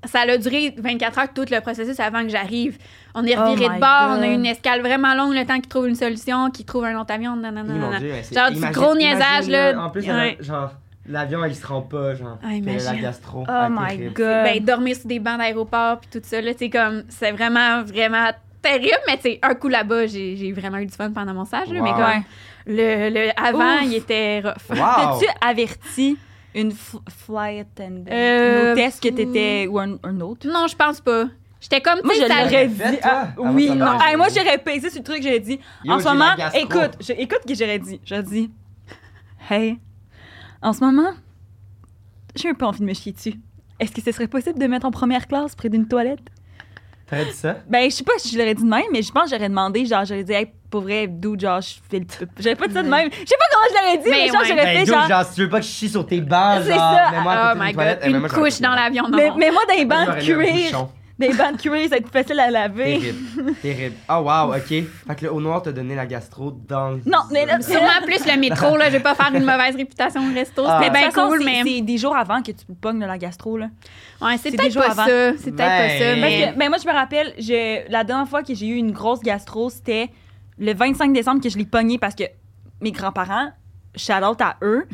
S3: ça a duré 24 heures tout le processus avant que j'arrive. On est
S2: Oh
S3: reviré
S2: my
S3: de bord,
S2: God.
S3: on a eu une escale vraiment longue, le temps qu'ils trouvent une solution, qu'ils trouvent un autre avion, nanana.
S1: Oui, mon
S3: nanana.
S1: Dieu, mais c'est-
S3: Genre du
S1: imagine-
S3: gros
S1: imagine,
S3: niaisage,
S1: là,
S3: là.
S1: En plus,
S3: Ouais.
S1: genre, l'avion, il se rend pas, genre.
S3: Ah,
S1: que La
S3: imagine.
S1: gastro.
S2: Oh
S1: ah,
S2: my
S1: terrible.
S2: god.
S3: Ben, dormir sur des bancs d'aéroport, puis tout ça, là, tu sais, comme, c'est vraiment, vraiment terrible, mais tu sais, un coup là-bas, j'ai j'ai vraiment eu du fun pendant mon stage. là,
S1: Wow.
S3: Mais comme
S2: Ouais.
S3: le, le avant,
S2: Ouf.
S3: il était rough.
S1: Wow!
S2: T'as-tu averti une f- flight attendant,
S3: Euh,
S2: une hôtesse que t'étais, ou un, un autre?
S3: Non, je pense pas. J'étais comme,
S2: Moi,
S3: tu
S2: je
S3: sais, ça-
S1: l'aurais
S2: l'aurais dit.
S1: fait,
S2: ah,
S1: toi, avant
S2: oui,
S1: de
S2: non.
S1: t'engager.
S2: Hey, moi, j'aurais pesé sur le truc, j'aurais dit.
S1: Yo,
S2: en ce
S1: j'ai la
S2: moment,
S1: gastro.
S2: écoute, je, écoute ce que j'aurais dit. J'aurais dit, hey, en ce moment, j'ai un peu envie de me chier dessus. Est-ce que ce serait possible de mettre en première classe près d'une toilette?
S1: T'aurais dit ça?
S2: Ben, je sais pas si je l'aurais dit de même, mais je pense que j'aurais demandé, genre, j'aurais dit, hey, pour vrai, d'où, genre, je fais le peu. J'aurais pas dit ça de même. Je sais pas comment je l'aurais dit, mais,
S3: Mais
S2: genre,
S3: ouais.
S2: j'aurais
S1: Ben,
S2: fait,
S1: dude,
S2: genre,
S1: genre, si tu veux pas que je chie sur tes bancs,
S2: C'est
S1: genre,
S2: ça.
S1: mets-moi à
S3: Oh
S1: côté
S3: my
S1: d'une toilette. Eh,
S3: god,
S1: ben,
S3: une
S1: moi, j'aurais
S3: couche
S1: fait
S3: dans
S1: ça.
S3: l'avion, non.
S2: mais,
S3: non.
S2: mais moi, dans les
S1: Moi,
S2: bancs
S1: j'aurais mis
S2: de
S1: un
S2: cuir,
S1: bouchon.
S2: des bancs de cuir, ça va être facile à laver. [LAUGHS]
S1: Terrible, terrible. Ah, wow, ok. Fait que le haut noir t'a donné la gastro dans le-
S2: Non, mais là, c'est-
S3: [LAUGHS] Sûrement plus le métro, là. Je vais pas faire une mauvaise réputation au resto.
S1: Ah.
S3: C'était
S1: De
S3: bien
S2: De toute façon,
S3: cool,
S2: c'est-
S3: mais.
S2: C'est des jours avant que tu pognes de la gastro, là.
S3: Ouais, c'est
S2: c'est
S3: peut-être
S2: des jours
S3: pas
S2: avant.
S3: ça. C'est peut-être pas
S1: Ben-
S3: ça,
S2: Parce
S3: mais.
S2: que, ben, moi, je me rappelle, je- la dernière fois que j'ai eu une grosse gastro, c'était le 25 décembre que je l'ai pognée parce que mes grands-parents, shout out à eux,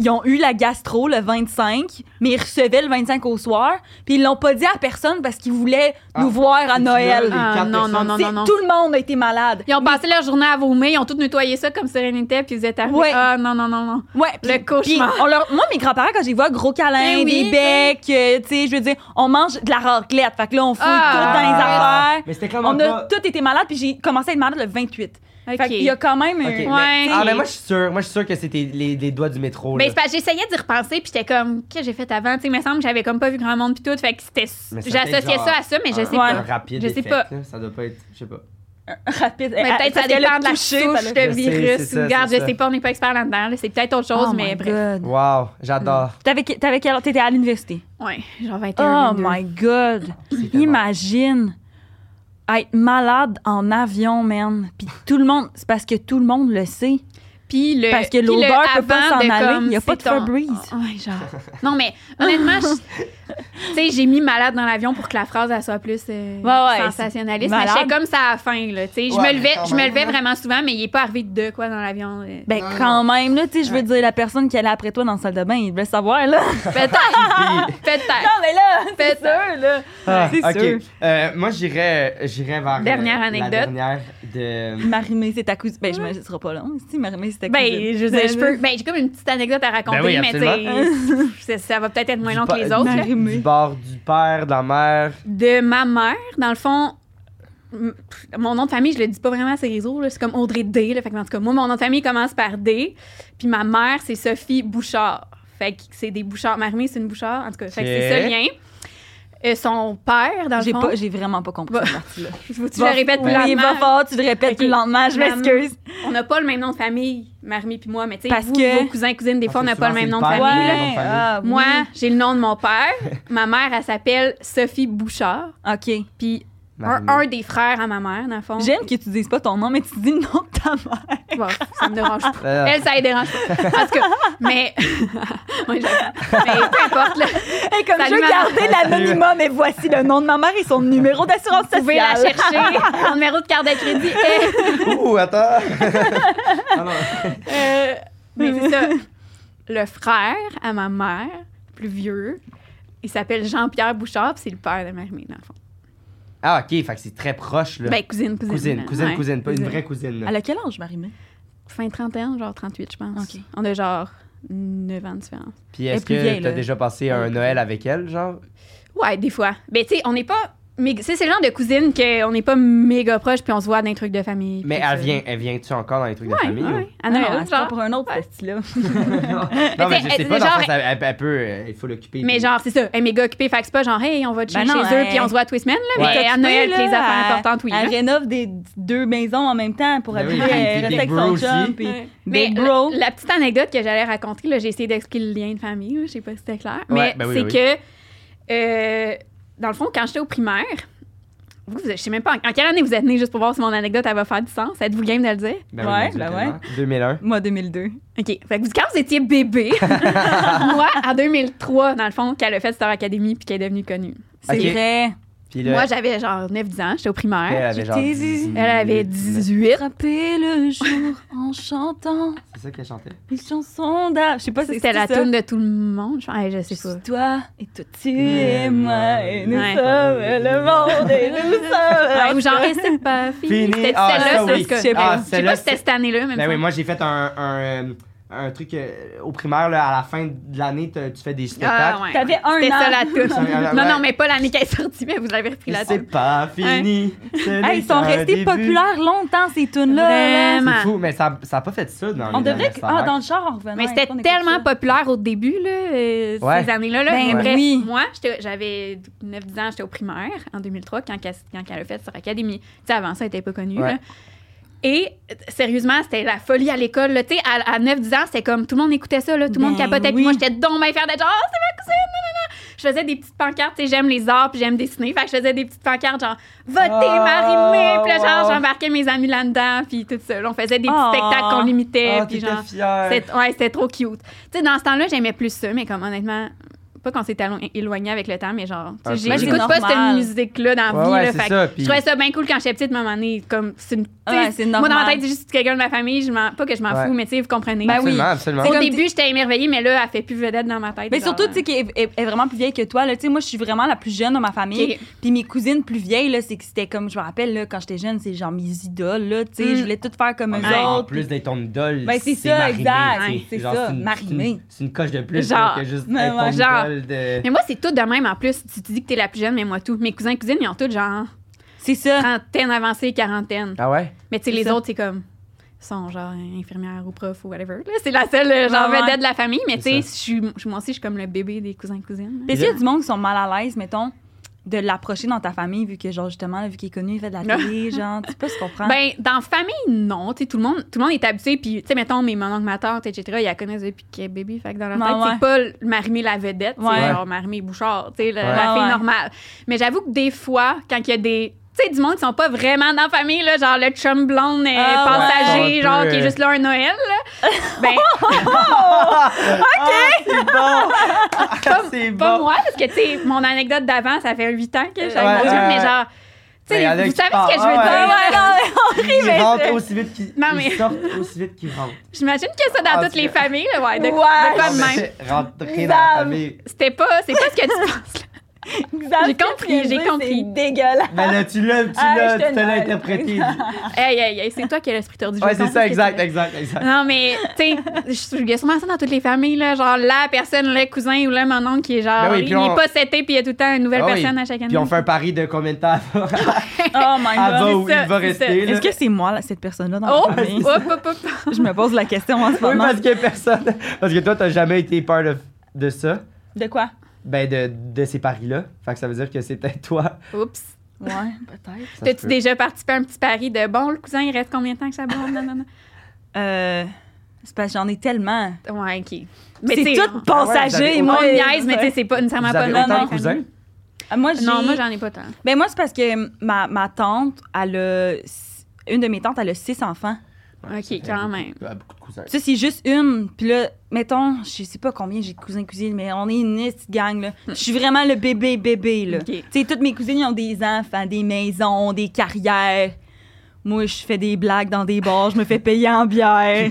S2: ils ont eu la gastro le 25, mais ils recevaient le 25 au soir, puis ils l'ont pas dit à personne parce qu'ils voulaient
S1: Ah,
S2: nous voir à
S1: tu vois,
S2: Noël.
S1: les
S3: Ah,
S1: quatre
S3: non, non,
S1: personnes,
S3: non,
S2: C'est- Tout le monde a été malade.
S3: Ils ont passé leur journée à vomir, ils ont tout nettoyé ça comme sérénité, puis vous êtes arrivés.
S2: Ouais.
S3: Ah non, non, non, non.
S2: Ouais,
S3: Le
S2: puis-
S3: cauchemar.
S2: puis on leur- moi, mes grands-parents, quand je les vois, gros câlin,
S3: Ben oui,
S2: des becs, euh, tu sais, je veux dire, on mange de la raclette. Fait que là, on fout
S3: Ah.
S2: tout dans les
S1: Ah.
S2: affaires.
S1: Mais c'était clairement
S2: On a
S1: pas...
S2: tous été malades, puis j'ai commencé à être malade le 28.
S3: OK.
S2: Fait qu'il y a quand même...
S1: Ok,
S2: un-
S1: mais-
S3: Ouais.
S1: Ah, mais moi, je suis sûr. Moi, je suis sûr que c'était les, les doigts du métro.
S3: Ben,
S1: là.
S3: c'est parce que j'essayais d'y repenser, puis j'étais comme, qu'est-ce que j'ai fait avant? Tu sais, il me semble que j'avais comme pas vu grand monde, puis tout. Fait que c'était.
S1: Mais ça fait
S3: J'associais
S1: genre
S3: ça à ça, mais je
S1: un-
S3: sais
S1: Ah, un
S3: pas.
S1: rapide
S3: Je sais
S1: effect,
S3: pas.
S1: là. Ça doit pas être. Je sais pas.
S2: [LAUGHS] Rapide. Euh,
S3: Mais peut-être
S2: Parce
S3: ça
S2: que le
S3: dépend de la
S2: toucher,
S3: souche
S2: fallait-
S1: Je sais,
S3: de virus.
S1: c'est ça,
S3: Regarde,
S1: c'est
S3: je
S1: ça.
S3: sais pas, on n'est pas expert là-dedans. là. C'est peut-être autre chose,
S2: Oh
S3: mais
S2: my
S3: bref.
S2: God.
S1: Wow, j'adore.
S2: T'avais, que- t'avais quel... T'étais à l'université.
S3: Ouais, genre 21
S2: Oh
S3: 22.
S2: my God.
S1: C'est tellement-
S2: Imagine être malade en avion, man. Puis tout le monde... C'est parce que tout le monde le sait.
S3: Puis le.
S2: Parce que
S3: puis le
S2: l'odeur peut pas
S3: avant
S2: s'en
S3: de
S2: aller,
S3: comme,
S2: il y a pas
S3: c'est
S2: de Febreze.
S3: Ah, ouais, genre. Non, mais
S2: [LAUGHS]
S3: honnêtement, je- tu sais, j'ai mis malade dans l'avion pour que la phrase elle soit plus
S2: Ouais,
S3: euh,
S2: ouais,
S3: sensationnaliste.
S2: c'est-
S3: Mais j'étais
S2: malade.
S3: comme ça à la fin, là. Tu sais, je
S1: Ouais,
S3: me levais,
S1: quand
S3: je me
S1: même,
S3: levais
S1: là.
S3: vraiment souvent, mais il est pas arrivé de quoi dans l'avion. euh.
S2: Ben,
S1: Non,
S2: quand même, là, tu sais, je veux dire, la personne qui allait après toi dans la salle de bain, il devait savoir, là.
S3: peut-être, [LAUGHS] peut-être.
S2: mais là,
S3: c'est
S2: là.
S1: Ah,
S2: C'est
S1: ok.
S2: sûr.
S1: Euh, moi, j'irais, j'irais vers. euh,
S3: Dernière
S1: La
S3: anecdote.
S1: dernière de.
S2: Marimé, c'est ta cousine. Ben, je me ce sera pas long. Si, Marimé, c'est ta cousine.
S3: Ben, je sais, je peux. Ben, j'ai comme une petite anecdote à raconter,
S1: Ben oui,
S3: mais tu
S2: absolument.
S3: sais, [LAUGHS] c'est- ça va peut-être être moins
S1: du
S3: long
S1: pa-
S3: que les autres. là.
S1: Du, du bord du père, de la mère.
S3: de ma mère, dans le fond. m- pff, Mon nom de famille, je le dis pas vraiment à ces réseaux, là, c'est comme Audrey D. Là, fait que, en tout cas, moi, mon nom de famille commence par D. Puis ma mère, c'est Sophie Bouchard. Fait que c'est des Bouchards. Marie, c'est une Bouchard. En tout cas, fait que c'est
S1: Ok.
S3: ça le lien. Euh, son père, dans le
S2: J'ai
S3: fond.
S2: pas, j'ai vraiment pas compris
S3: Bah,
S2: cette partie-là.
S3: Faut-tu le répètes plus
S2: Oui, va
S3: lentement?
S2: fort, tu le répètes
S3: Ok.
S2: plus lentement, je
S3: Maman.
S2: m'excuse.
S3: On n'a pas le même nom de famille, Marie puis moi, mais tu sais,
S2: Parce
S3: vous,
S2: que-
S3: vos cousins, cousines, des fois, on
S1: Parce
S3: n'a
S1: que
S3: pas
S1: souvent,
S3: le même
S1: Ah, c'est
S3: nom de
S1: le
S3: famille.
S1: père.
S3: là.
S1: nom de famille.
S2: ah, oui.
S3: Moi, j'ai le nom de
S1: [LAUGHS]
S3: mon père. ma mère, elle s'appelle Sophie Bouchard.
S2: OK.
S3: Puis un,
S1: Marie.
S3: un des frères à ma mère, dans le fond.
S2: J'aime que tu dises pas ton nom, mais tu dis le nom de ta mère. [LAUGHS]
S3: Bon, ça me dérange pas.
S1: Euh,
S3: Elle, ça les dérange pas. Parce que, mais. [LAUGHS] Ouais, j'avoue. mais peu importe, là.
S2: Et comme
S3: Salut,
S2: je veux
S3: maman.
S2: garder l'anonymat, mais voici le nom de ma mère et son numéro d'assurance
S3: Vous
S2: sociale.
S3: pouvez la chercher. Mon numéro de carte de crédit. est- [LAUGHS]
S1: Ouh, attends. Ah non.
S3: euh, mais c'est ça. Le frère à ma mère, plus vieux, il s'appelle Jean-Pierre Bouchard, puis c'est le père de Marie-Mé, dans le fond.
S1: [LAUGHS] Ah, ok, fait que c'est très proche, là.
S3: Ben, cousine, cousine.
S1: cousine,
S3: là.
S1: cousine,
S3: Ouais.
S1: cousine, pas une vraie cousine. là.
S2: [LAUGHS] Elle a quel âge, Marimé?
S3: Fin 31, genre 38, je pense.
S2: Ok.
S3: On a genre 9 ans de différence.
S1: Puis
S2: elle est
S1: est-ce
S2: plus
S1: que
S2: vieille,
S1: t'as
S2: là.
S1: déjà passé
S2: Elle
S1: un
S2: est plus
S1: Noël avec elle, genre?
S3: Ouais, des fois. Ben, tu sais, on n'est pas. Mais c'est le genre de cousine qu'on n'est pas méga proche, puis on se voit dans des trucs de famille.
S1: Mais
S3: puis
S1: elle
S3: ça.
S1: vient, elle vient-tu encore dans les trucs de
S3: Ouais, Ah
S1: famille? ou- [LAUGHS]
S3: ouais. À Noël,
S2: non, c'est pas
S3: genre.
S2: Ah, pour un autre, ce là
S1: Non, mais
S3: Mais
S1: je
S3: c'est-
S1: sais
S3: c'est
S1: pas, dans le
S3: euh, genre-
S1: sens, elle, elle- elle peut, euh, il faut l'occuper.
S3: Mais
S1: puis-
S3: genre, c'est ça, elle est méga occupée, fait que c'est pas genre, hey, on va te
S2: Ben
S3: chez
S2: non,
S3: eux,
S2: elle-
S3: puis on se voit tous les semaines, là,
S1: Ouais.
S3: mais à Noël, puis les affaires
S2: elle-
S3: importantes, oui.
S2: Elle
S3: là.
S2: rénove des deux maisons en même temps pour
S1: Ben oui,
S2: habiller,
S1: puis-
S2: euh,
S1: puis
S2: rester
S1: Big
S2: avec
S1: Bro
S2: son
S1: aussi.
S2: chum. puis-
S3: Ouais. Mais
S2: Big Bro.
S3: la, la petite anecdote que j'allais raconter, là, j'ai essayé d'expliquer le lien de famille, là, je sais pas si c'était clair,
S1: Ouais,
S3: mais
S1: ben oui,
S3: c'est
S1: oui.
S3: que, euh, dans le fond, quand j'étais au primaire, vous, je sais même pas en, en quelle année vous êtes né, juste pour voir si mon anecdote, elle va faire du sens. Êtes-vous game de le dire?
S1: Ben oui,
S2: Ouais,
S1: mon Dieu,
S2: ben
S1: tellement. 2001.
S2: Moi, 2002.
S3: OK. Fait que vous- quand vous
S1: [LAUGHS]
S3: étiez bébé, moi, en 2003, dans le fond, qu'elle a fait Star Academy puis qu'elle est devenue connue.
S2: C'est
S1: Ok.
S2: vrai.
S1: Puis là,
S3: Moi, j'avais genre 9-10 ans, j'étais au primaire.
S1: elle avait genre
S2: j'étais-
S1: 18,
S3: Elle avait 18.
S2: Frapper le jour en chantant
S1: C'est ça qu'elle chantait.
S2: une chanson d'âme. Je sais pas si
S3: C'était la
S2: ça.
S3: tune de tout le monde. Je, ouais, je
S2: Je
S3: sais pas.
S2: suis toi et toi tu es moi et nous
S3: Ouais.
S2: sommes le monde et nous
S3: Ouais,
S2: sommes.
S3: ou genre, Eh, c'est pas fini.
S1: Fini.
S3: C'était
S1: Ah,
S3: celle-là,
S1: ça, oui.
S3: c'est ce que-
S2: Ah,
S3: Je sais pas si c'était cette année-là, même.
S1: Ben oui, moi j'ai fait un, un, euh, un truc euh, au primaire, là, à la fin de l'année, t'as- tu fais
S2: Ah,
S1: des spectacles.
S3: Ah, ouais.
S2: T'avais un
S3: C'était
S2: an. [LAUGHS]
S3: ça la tune.
S1: Ouais.
S3: non, non, mais pas l'année qu'elle est sortie, mais vous avez repris la
S1: C'est
S3: tune.
S1: pas fini. ce
S2: Hein? Hey,
S1: n'est
S2: ils sont
S1: qu'un
S2: restés
S1: début.
S2: populaires longtemps ces tunes là.
S3: Vraiment.
S1: C'est fou, mais ça n'a pas fait ça dans
S2: On
S1: les
S2: devrait
S1: dernières
S2: ah
S1: salaires.
S2: dans le genre revenant,
S3: Mais c'était tellement populaire au début, là, euh,
S1: Ouais.
S3: ces années-là. Là.
S2: Ben
S3: Mais bref,
S2: oui.
S3: moi, j'étais- j'avais 9-10 ans, j'étais au primaire en 2003 quand, qu'elle- quand elle a fait sur Académie. Tu sais, avant ça, elle n'était pas connue.
S1: Ouais.
S3: là. Et euh, sérieusement, c'était la folie à l'école. là. Tu sais, à, à 9-10 ans, c'était comme tout le monde écoutait ça, là, tout le monde
S2: Ben
S3: capotait. Puis
S2: oui.
S3: moi, j'étais donc bien fière d'être genre, oh, c'est ma cousine, nanana. Je faisais des petites pancartes, tu sais, j'aime les arts, puis j'aime dessiner. Fait que je faisais des petites pancartes, genre, votez
S1: Oh,
S3: Marie-Mé. Puis là, genre,
S1: wow.
S3: j'embarquais mes amis là-dedans, puis tout ça. Là, on faisait des petits
S2: Oh.
S3: spectacles qu'on limitait,
S1: Ah,
S3: puis
S1: t'étais
S3: genre.
S1: fière.
S3: C'est- ouais, c'était trop cute. Tu sais, dans ce temps-là, j'aimais plus ça, mais comme honnêtement, pas qu'on s'est élo- éloigné avec le temps, mais genre, tu
S1: Un
S3: sais,
S1: peu.
S3: j'ai- j'écoute
S2: Mais
S3: pas
S2: c'est normal.
S3: cette musique-là dans la
S1: Ah, Ouais,
S3: vie.
S1: ouais,
S3: là,
S1: c'est
S3: fait que
S1: ça, puis-
S3: Je trouvais ça bien cool quand j'étais petite, maman année, comme c'est une. tu sais,
S2: Ouais, c'est
S3: moi, dans ma
S2: normal.
S3: tête, c'est juste quelqu'un de ma famille, je m'en- pas que je m'en
S1: Ouais.
S3: fous, mais tu sais, vous comprenez.
S2: Ben oui.
S1: Absolument, absolument.
S3: Au
S2: C'est comme
S3: début, j'étais émerveillée, mais là, elle fait plus vedette dans ma tête.
S2: Mais
S3: genre,
S2: surtout, tu sais, qui est, est- est vraiment plus vieille que toi. Là. Tu sais, Moi, je suis vraiment la plus jeune de ma famille.
S3: Ok.
S2: Puis mes cousines plus vieilles, là, c'est que c'était comme, je me rappelle, là, quand j'étais jeune, c'est genre mes idoles. Là, tu sais,
S3: Mm.
S2: Je voulais tout faire comme eux
S1: Ouais, En
S2: autres.
S1: plus d'être ton idole,
S2: Ben, c'est ça,
S1: Marimé,
S2: exact.
S1: tu sais.
S2: C'est
S1: Genre,
S2: ça,
S1: une-
S2: Marimé.
S1: c'est une- C'est une coche de plus
S3: Genre.
S1: que juste
S2: Mais
S1: être
S2: ouais,
S1: ton
S3: genre.
S1: idole de...
S3: Mais moi, c'est tout de même en plus. Tu te dis que t'es la plus jeune, mais moi, tout. Mes cousins et cousines, ils ont tous genre
S2: C'est ça.
S3: trentaine avancée, quarantaine.
S1: Ah ouais?
S3: Mais tu sais,
S2: C'est
S3: les
S2: ça.
S3: autres, c'est comme sont genre infirmières ou profs ou whatever. là. C'est la seule euh, genre
S2: Ouais, ouais.
S3: vedette de la famille, mais tu
S1: C'est
S3: sais, je suis- je- moi aussi, je suis comme le bébé des cousins et cousines.
S2: Mais s'il y a du monde qui sont mal à l'aise, mettons, de l'approcher dans ta famille, vu que, genre, justement, là, vu qu'il est connu, il
S3: [LAUGHS]
S2: fait de la télé, genre, tu peux se comprendre.
S3: Ben, dans famille, non. Tu sais, tout le monde, tout le monde est habitué. Puis, tu sais, mettons, mes mamans, ma tante, etc., ils la connaissent depuis qu'elle est bébé. Fait que dans leur
S2: Ouais,
S3: tête,
S2: ouais.
S3: c'est pas le- Marimé la vedette. C'est
S2: Ouais.
S3: genre Marimé Bouchard, tu sais, la,
S1: Ouais.
S3: la fille
S2: Ouais, ouais.
S3: normale. Mais j'avoue que des fois, quand il y a des... Tu sais, du monde qui sont pas vraiment dans la famille, là, genre le chum blonde euh,
S2: Ah,
S3: passager,
S1: ouais.
S3: genre
S1: Un peu,
S3: qui est
S1: euh.
S3: juste là un Noël,
S2: [LAUGHS]
S3: là, ben,
S1: Ah, c'est bon! c'est
S3: Pas
S1: bon!
S3: moi, parce que, tu sais, mon anecdote d'avant, ça fait 8 ans que j'ai
S1: Ouais,
S3: avec mon
S1: ouais,
S3: chum, mais
S1: ouais.
S3: genre, tu
S1: Mais
S3: sais,
S1: y'en a
S3: vous
S1: qui
S3: savez
S1: partent.
S3: ce que je
S1: Ah
S3: veux
S1: ouais.
S3: dire.
S2: Ouais,
S3: là.
S2: ouais, ouais.
S1: Ils
S3: mais
S1: rentrent
S3: c'est-
S1: aussi vite qu'ils
S3: Non, mais-
S1: ils sortent aussi vite qu'ils rentrent.
S3: J'imagine que ça dans
S1: Ah,
S3: toutes
S1: c'est
S3: les
S1: vrai.
S3: familles, là, ouais, Ben, de, de
S2: Ouais.
S3: quoi
S1: Non,
S3: de
S1: mais
S3: même.
S1: Rentrer dans la
S2: Dame.
S1: famille.
S3: C'était pas, c'est pas ce que tu penses. là.
S2: Xavier
S3: j'ai compris,
S2: Préjean,
S3: j'ai
S2: c'est
S3: compris. [LAUGHS]
S2: dégueulasse.
S1: Ben là, tu l'as, tu
S2: Ah,
S1: l'as,
S2: je te
S1: tu te l'as
S2: nomme.
S1: interprété.
S3: Hey, hey, hey, c'est toi qui as l'esprit tordu. je
S1: Ah. Ouais,
S3: comprends
S1: c'est ça,
S3: ce que tu
S1: exact,
S3: veux.
S1: exact, exact.
S3: Non, mais, tu sais, il y a sûrement ça dans toutes les familles, là, genre la personne, le cousin ou le mon oncle qui est genre,
S1: Ben oui, puis
S3: il
S1: on-
S3: est pas seté, puis il y a tout le temps une nouvelle
S1: Ah oui.
S3: personne à chaque année.
S1: Puis on fait un pari de combien de temps
S3: [LAUGHS]
S1: elle va-
S2: Oh my
S1: elle va
S2: god.
S1: où
S3: c'est ça,
S1: il va
S3: c'est ça.
S1: rester. là.
S2: Est-ce que c'est moi, là, cette personne-là,
S1: [LAUGHS]
S2: dans la
S3: Oh,
S2: famille?
S3: hop, hop, hop.
S2: Je me pose la question en ce
S1: Oui,
S2: moment.
S1: parce que personne. [LAUGHS] Parce que toi, t'as jamais été part of- de ça.
S2: De quoi?
S1: Ben, de, de ces paris-là. Fait que ça veut dire que c'est peut-être toi.
S3: Oups.
S2: Ouais, peut-être.
S1: Ça se
S3: T'as-tu
S1: peut.
S3: déjà participé à un petit pari de bon, le cousin, il reste combien de temps que ça blonde? Non, non, non.
S2: Euh, c'est parce que j'en ai tellement.
S3: Ouais, ok.
S2: c'est
S3: t'sais,
S2: tout
S3: on-
S1: Ah ouais,
S2: passager,
S1: vous
S2: moi.
S3: On niaise, mais tu sais, c'est pas nécessairement
S1: Vous
S3: pas
S1: avez
S3: notre
S1: autant de
S3: famille.
S1: cousins?
S2: Ah, Moi, j'ai...
S3: Non, moi, j'en ai pas tant.
S2: Ben, moi, c'est parce que ma, ma tante, elle a... Une de mes tantes, elle a six enfants.
S3: Ok, quand même.
S1: Ah, beaucoup de cousins.
S2: Ça, c'est juste une. Puis là, mettons, je sais pas combien j'ai de cousins cousines, mais on est une petite gang, là. Je suis vraiment le bébé, bébé, là.
S3: Hmm. Ok.
S2: Tu sais, toutes mes cousines, ils ont des enfants, des maisons, des carrières. Moi, je fais des blagues dans des bars, je me fais payer en bière.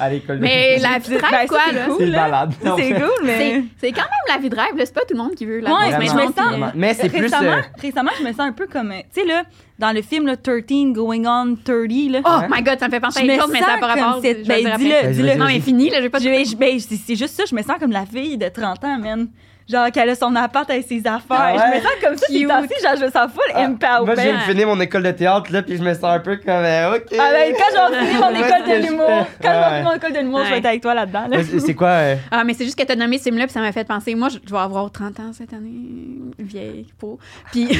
S1: À l'école. [LAUGHS]
S3: Mais la vie de
S2: Ben, ça,
S3: rêve, quoi,
S2: c'est
S3: là?
S2: cool.
S1: C'est
S2: là,
S1: malade. Non,
S2: C'est
S1: mais-
S2: cool, mais...
S3: C'est c'est quand même la vie de rêve, là. C'est pas tout le monde qui veut la
S2: Ouais,
S3: vie de
S2: mais je
S3: rêve.
S2: me sens-
S1: vraiment. Mais c'est plus.
S2: récemment,
S1: euh,
S2: récemment, je me sens un peu comme. euh, Tu sais, là, dans le film là, 13 Going on 30, là.
S1: Ah!
S3: Oh my god, ça me fait penser à
S2: Je me
S3: une chose, mais ça n'a pas
S2: sens
S3: rapport.
S2: comme cette-
S3: je vais
S2: ben,
S3: le
S2: dis-le,
S3: rappeler.
S1: Vas-y,
S2: dis-le.
S1: vas-y,
S3: Non, mais
S1: vas-y.
S3: fini, là, j'ai pas de.
S2: Je- je- ben, c'est c'est juste ça, je me sens comme la fille de 30 ans, man. Genre, qu'elle a son appart avec ses affaires.
S1: Ah ouais?
S2: Je me sens comme ça,
S3: Cute.
S2: ces temps-ci, genre, je me sens full
S1: Ah,
S2: empower.
S1: Moi, je viens de
S3: hein.
S1: finir mon école de théâtre, là, puis je me sens un peu comme. euh, ok.
S2: Ah ben, quand
S3: [LAUGHS]
S2: j'ai fini mon
S1: Ouais,
S2: école
S1: c'est
S2: de
S1: ce que
S2: l'humour,
S1: je fais.
S2: quand j'ai
S1: Ouais.
S2: fini mon école de l'humour, je vais être avec toi là-dedans. là.
S1: Ouais, c'est- C'est quoi. euh,
S3: Ah, mais c'est juste que t'as nommé ce film-là, puis ça m'a fait penser. Moi, je je vais avoir 30 ans cette année. Vieille peau. [LAUGHS] Puis. Puis-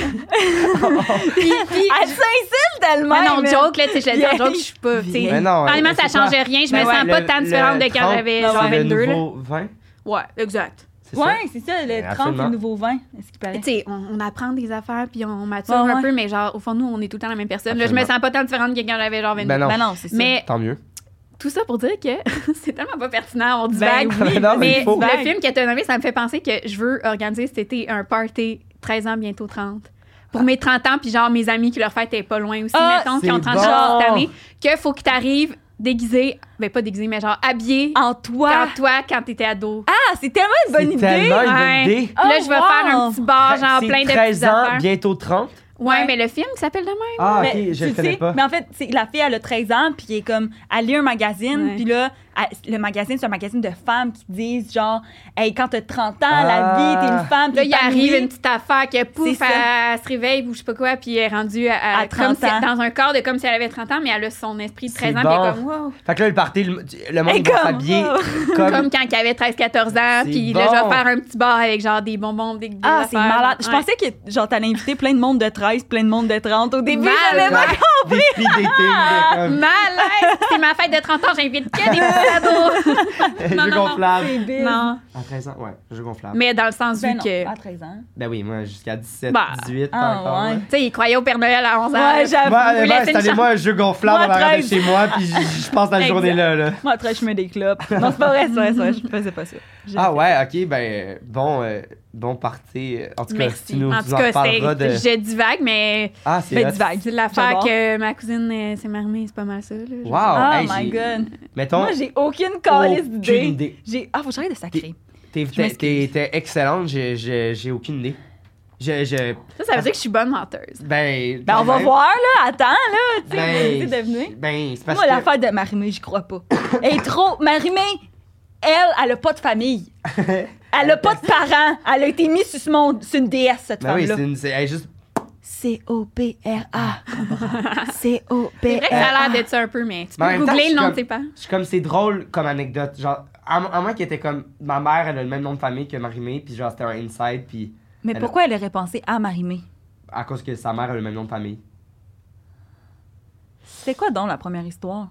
S3: puis-
S2: Elle s'insulte elle-même.
S3: Mais Ah non, joke, là, tu sais, je le dis en
S2: Vieille.
S3: joke, je suis pas, tu sais.
S1: Mais non,
S3: Honnêtement,
S1: mais
S3: ça
S1: c'est pas-
S3: changeait rien. Je
S1: ben
S3: me sens
S1: ouais,
S3: pas
S1: le-
S3: tant
S1: le
S3: différente de quand
S1: 30,
S3: j'avais
S1: c'est
S3: genre
S1: le
S3: 22, là.
S1: nouveau 20,
S3: Ouais, exact.
S1: c'est ça?
S2: Ouais, c'est ça,
S1: Mais
S2: le 30 et
S1: absolument.
S2: le nouveau 20, est-ce qu'il paraît.
S3: Tu sais, on, on apprend des affaires puis on mature
S2: Ouais, ouais.
S3: un peu, mais genre, au fond, nous, on est tout le temps la même personne. Là, je me
S1: Absolument.
S3: sens pas tant différente que quand j'avais genre 22.
S1: Ben non.
S2: Ben non, c'est ça.
S3: mais
S1: Tant mieux.
S3: tout ça pour dire que [LAUGHS] c'est tellement pas pertinent, on
S2: Ben
S3: divague.
S2: oui,
S1: Ben non, mais
S3: mais
S1: il faut.
S3: le film que tu as nommé, ça me fait penser que je veux organiser cet été un party 13 ans, bientôt 30. pour mes 30 ans, puis genre mes amis qui leur fête est pas loin aussi,
S2: Ah,
S3: mettons,
S1: c'est
S3: qui ont 30
S1: bon.
S3: ans cette année, que faut que t'arrives déguisé, ben pas déguisé, mais genre habillé
S2: En toi.
S3: quand toi, quand t'étais ado.
S2: Ah, c'est tellement une bonne
S1: C'est
S2: idée.
S1: tellement une bonne
S3: Ouais.
S1: idée.
S3: Puis là,
S2: Oh,
S3: je vais
S2: wow.
S3: faire un petit bar, genre
S1: C'est
S3: plein de
S1: 13
S3: petites
S1: ans,
S3: affaires.
S1: bientôt 30.
S3: Ouais,
S2: Ouais.
S3: mais le film qui s'appelle de même.
S1: Ah, ok,
S2: Mais
S1: je
S2: tu
S1: le connais
S2: sais,
S1: pas.
S2: Mais en fait, c'est- la fille, elle a 13 ans, puis elle est comme, elle lit un magazine,
S3: Ouais.
S2: puis là, elle- le magazine, c'est un magazine de femmes qui disent, genre, hey, quand t'as 30 ans,
S1: Ah.
S2: la vie, t'es une femme,
S3: Là,
S2: t'es
S3: il arrive
S2: épanouie.
S3: une petite affaire que pouf,
S2: C'est
S3: elle,
S2: ça.
S3: elle se réveille ou je sais pas quoi, puis elle est rendue à, à-
S2: À
S3: comme
S2: 30 ans.
S3: si- dans un corps de comme si elle avait 30 ans, mais elle a son esprit de
S1: C'est
S3: 13 ans,
S1: bon.
S3: puis elle est comme wow.
S1: Fait que là, le party, le, le monde
S2: Et
S1: va
S2: comme-
S1: s'habiller
S2: oh.
S1: comme...
S3: Comme quand elle avait 13-14 ans,
S1: C'est
S3: puis là, je
S1: bon.
S3: vais faire un petit bar avec genre des bonbons, des des
S2: Ah, c'est
S3: affaires,
S2: malade. Je
S3: genre, ouais.
S2: pensais que, genre, t'allais inviter plein de monde de 13, plein de monde de 30. Au début,
S3: Mal,
S2: j'avais pas
S3: ouais.
S1: Des filles d'été, des-
S2: [LAUGHS]
S1: comme-
S3: Malaise! C'est ma fête de 30 ans, j'invite
S2: [LAUGHS]
S3: que des petits
S1: [LAUGHS]
S3: ados! non,
S1: jeux
S3: non, non.
S1: gonflables.
S2: compris.
S3: Non,
S2: Ah,
S1: À 13 ans, ouais, jeux gonflables.
S3: mais dans le sens
S2: Ben
S3: vu
S2: non,
S3: que...
S2: à 13 ans.
S1: Ben oui, moi, jusqu'à 17,
S3: Bah,
S1: 18,
S2: ah,
S1: encore.
S2: ouais.
S1: ouais.
S3: Tu sais, ils croyaient au Père Noël à 11 ans. là.
S2: Ouais, j'avoue.
S1: Moi,
S3: vous
S1: moi,
S3: laissez une
S1: installez-moi un jeu gonflable
S2: Moi,
S1: en arrière de
S2: 13.
S1: chez moi, puis je je passe la
S3: [LAUGHS] Exact.
S1: journée-là. Là.
S2: Moi, après, je mets des clopes.
S1: [LAUGHS]
S2: Non, c'est pas vrai, c'est vrai, c'est vrai, je faisais pas ça. J'ai-
S1: Ah ouais, ok, ben, bon, euh, bon party. En tout cas,
S3: Merci.
S1: tu nous
S3: en
S1: tu
S3: tout
S1: nous en
S3: cas,
S1: parleras de...
S3: c'est... Je divague, mais...
S1: Ah, c'est
S2: Ben,
S1: hot.
S2: du vague.
S3: C'est l'affaire
S2: J'adore.
S3: que ma cousine euh, s'est marmée, c'est pas mal ça. Là, je
S1: Wow,
S3: sais pas.
S2: Oh,
S1: hey,
S2: my
S1: j'ai-
S2: god.
S1: Mettons,
S2: Moi, j'ai aucune calice
S1: aucune
S2: d'idée.
S1: idée.
S2: J'ai... Ah, faut que j'arrête de sacrer.
S1: T'es- t'es-
S2: m'excuse.
S1: T'es t'es excellente, j'ai- j'ai j'ai aucune idée. Je, je,
S3: Ça, ça veut dire que je suis bonne menteuse.
S1: ben,
S2: Ben,
S1: quand
S2: on va
S1: même.
S2: voir, là. Attends, là. Tu sais,
S1: Ben,
S2: c'est devenu.
S1: ben c'est parce
S2: Moi,
S1: que...
S2: l'affaire de Marimé, j'y crois pas. Elle est trop. Marimé, elle, elle a pas de famille. Elle a pas de parents. Elle a été mise sur, ce monde, sur une déesse,
S1: [LAUGHS]
S2: cette
S1: Ben oui,
S2: femme-là.
S1: c'est une- c'est elle, juste...
S2: C-O-P-R-A. C-O-P-R-A.
S3: C'est vrai que ça a l'air d'être ça un peu, mais tu
S1: Mais en
S3: peux
S1: même temps, je
S3: googler
S1: suis
S3: le nom
S1: comme-
S3: de tes parents.
S1: Je suis comme, c'est drôle comme anecdote. Genre, à, mo- à moins qu'elle était comme... Ma mère, elle a le même nom de famille que Marimé, puis genre, c'était un inside, puis
S2: Mais
S1: Elle a-
S2: pourquoi elle aurait pensé à Marimé?
S1: à cause que sa mère a le même nom de famille.
S2: C'est quoi donc la première histoire?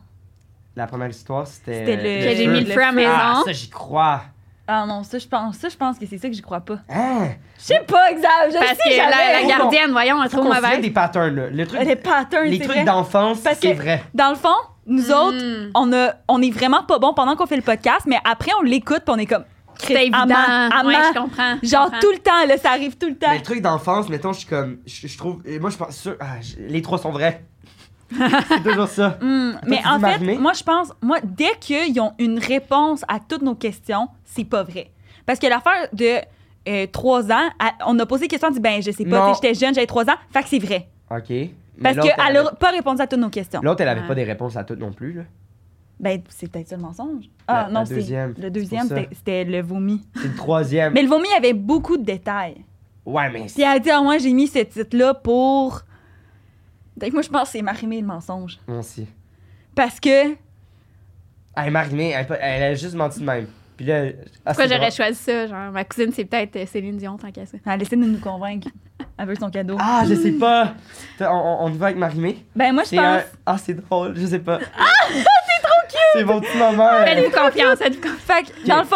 S1: La première histoire, c'était...
S2: C'était
S1: euh,
S2: le.
S3: Que j'ai mis le feu à la maison.
S1: Ah, ça, j'y crois.
S2: Ah non, ça, je pense, ça, je pense que c'est ça que j'y crois pas.
S1: Hein?
S2: Je sais pas, exact. Je
S3: Parce
S2: sais
S3: que la, la
S2: jamais.
S1: garde-
S3: gardienne, voyons, elle est trop
S1: Faut qu'on se
S3: mauvaise.
S1: fait des patterns, là. Le truc,
S2: Les patterns,
S1: les
S2: c'est
S1: trucs
S2: vrai.
S1: d'enfance,
S2: Parce
S1: c'est
S2: que-
S1: vrai.
S2: Dans le fond, nous
S3: Mm.
S1: Hmm.
S2: autres, on, a, on est vraiment pas bon pendant qu'on fait le podcast, mais après, on l'écoute puis on est comme. Christ,
S3: C'est évident.
S2: amant, amant.
S3: Ouais, je comprends. je
S2: Genre
S3: comprends.
S2: tout le temps, là, ça arrive tout le temps.
S1: Mais le truc d'enfance, mettons, je suis comme. Je, je trouve. et Moi, je pense. sûr- ah, je- les trois sont vrais. c'est toujours ça.
S2: Mm, mais
S1: tu
S2: en
S1: dis
S2: fait,
S1: Marie-Mé?
S2: moi, je pense, moi, dès qu'ils ont une réponse à toutes nos questions, c'est pas vrai. Parce que l'affaire de euh, trois ans, à- on a posé des questions, on dit, ben, je sais pas,
S1: Non.
S2: tu sais, j'étais jeune, j'avais trois ans, fait que c'est vrai.
S1: OK. Mais
S2: Parce
S1: l'autre, elle
S2: qu'elle
S1: avait-
S2: a pas répondu à toutes nos questions.
S1: L'autre, elle avait
S3: Ouais.
S1: pas des réponses à toutes non plus, là.
S2: Ben, c'est peut-être ça le mensonge.
S1: La-
S2: Ah,
S1: la
S2: non, c'est.
S1: deuxième, c'est
S2: Le
S1: pour
S2: deuxième,
S1: ça.
S2: c'était- c'était le vomi.
S1: C'est le troisième.
S2: Mais le vomi avait beaucoup de détails.
S1: Ouais, mais.
S2: Puis elle a dit, ah, moi, j'ai mis ce titre-là pour. Donc, moi, je pense que c'est Marimé le mensonge.
S1: Moi aussi.
S2: Parce que.
S1: Elle m'a arrivé, elle, pas- elle a juste menti de même. Puis là. ah, c'est
S3: Pourquoi j'aurais
S1: drôle.
S3: choisi ça? Genre, ma cousine, c'est peut-être euh, Céline Dion, tant qu'à ça.
S2: Elle essaie de nous convaincre. Elle veut son cadeau.
S1: Ah, je sais pas. T'as- On, on- on y va avec Marimé.
S2: Ben, moi, je
S1: C'est
S2: pense.
S1: un- Ah, c'est drôle, je sais pas. Ah, c'est trop cute. C'est mon petit moment. euh,
S3: Faites-vous confiance, faites-vous confiance.
S2: Fait que, dans le fond,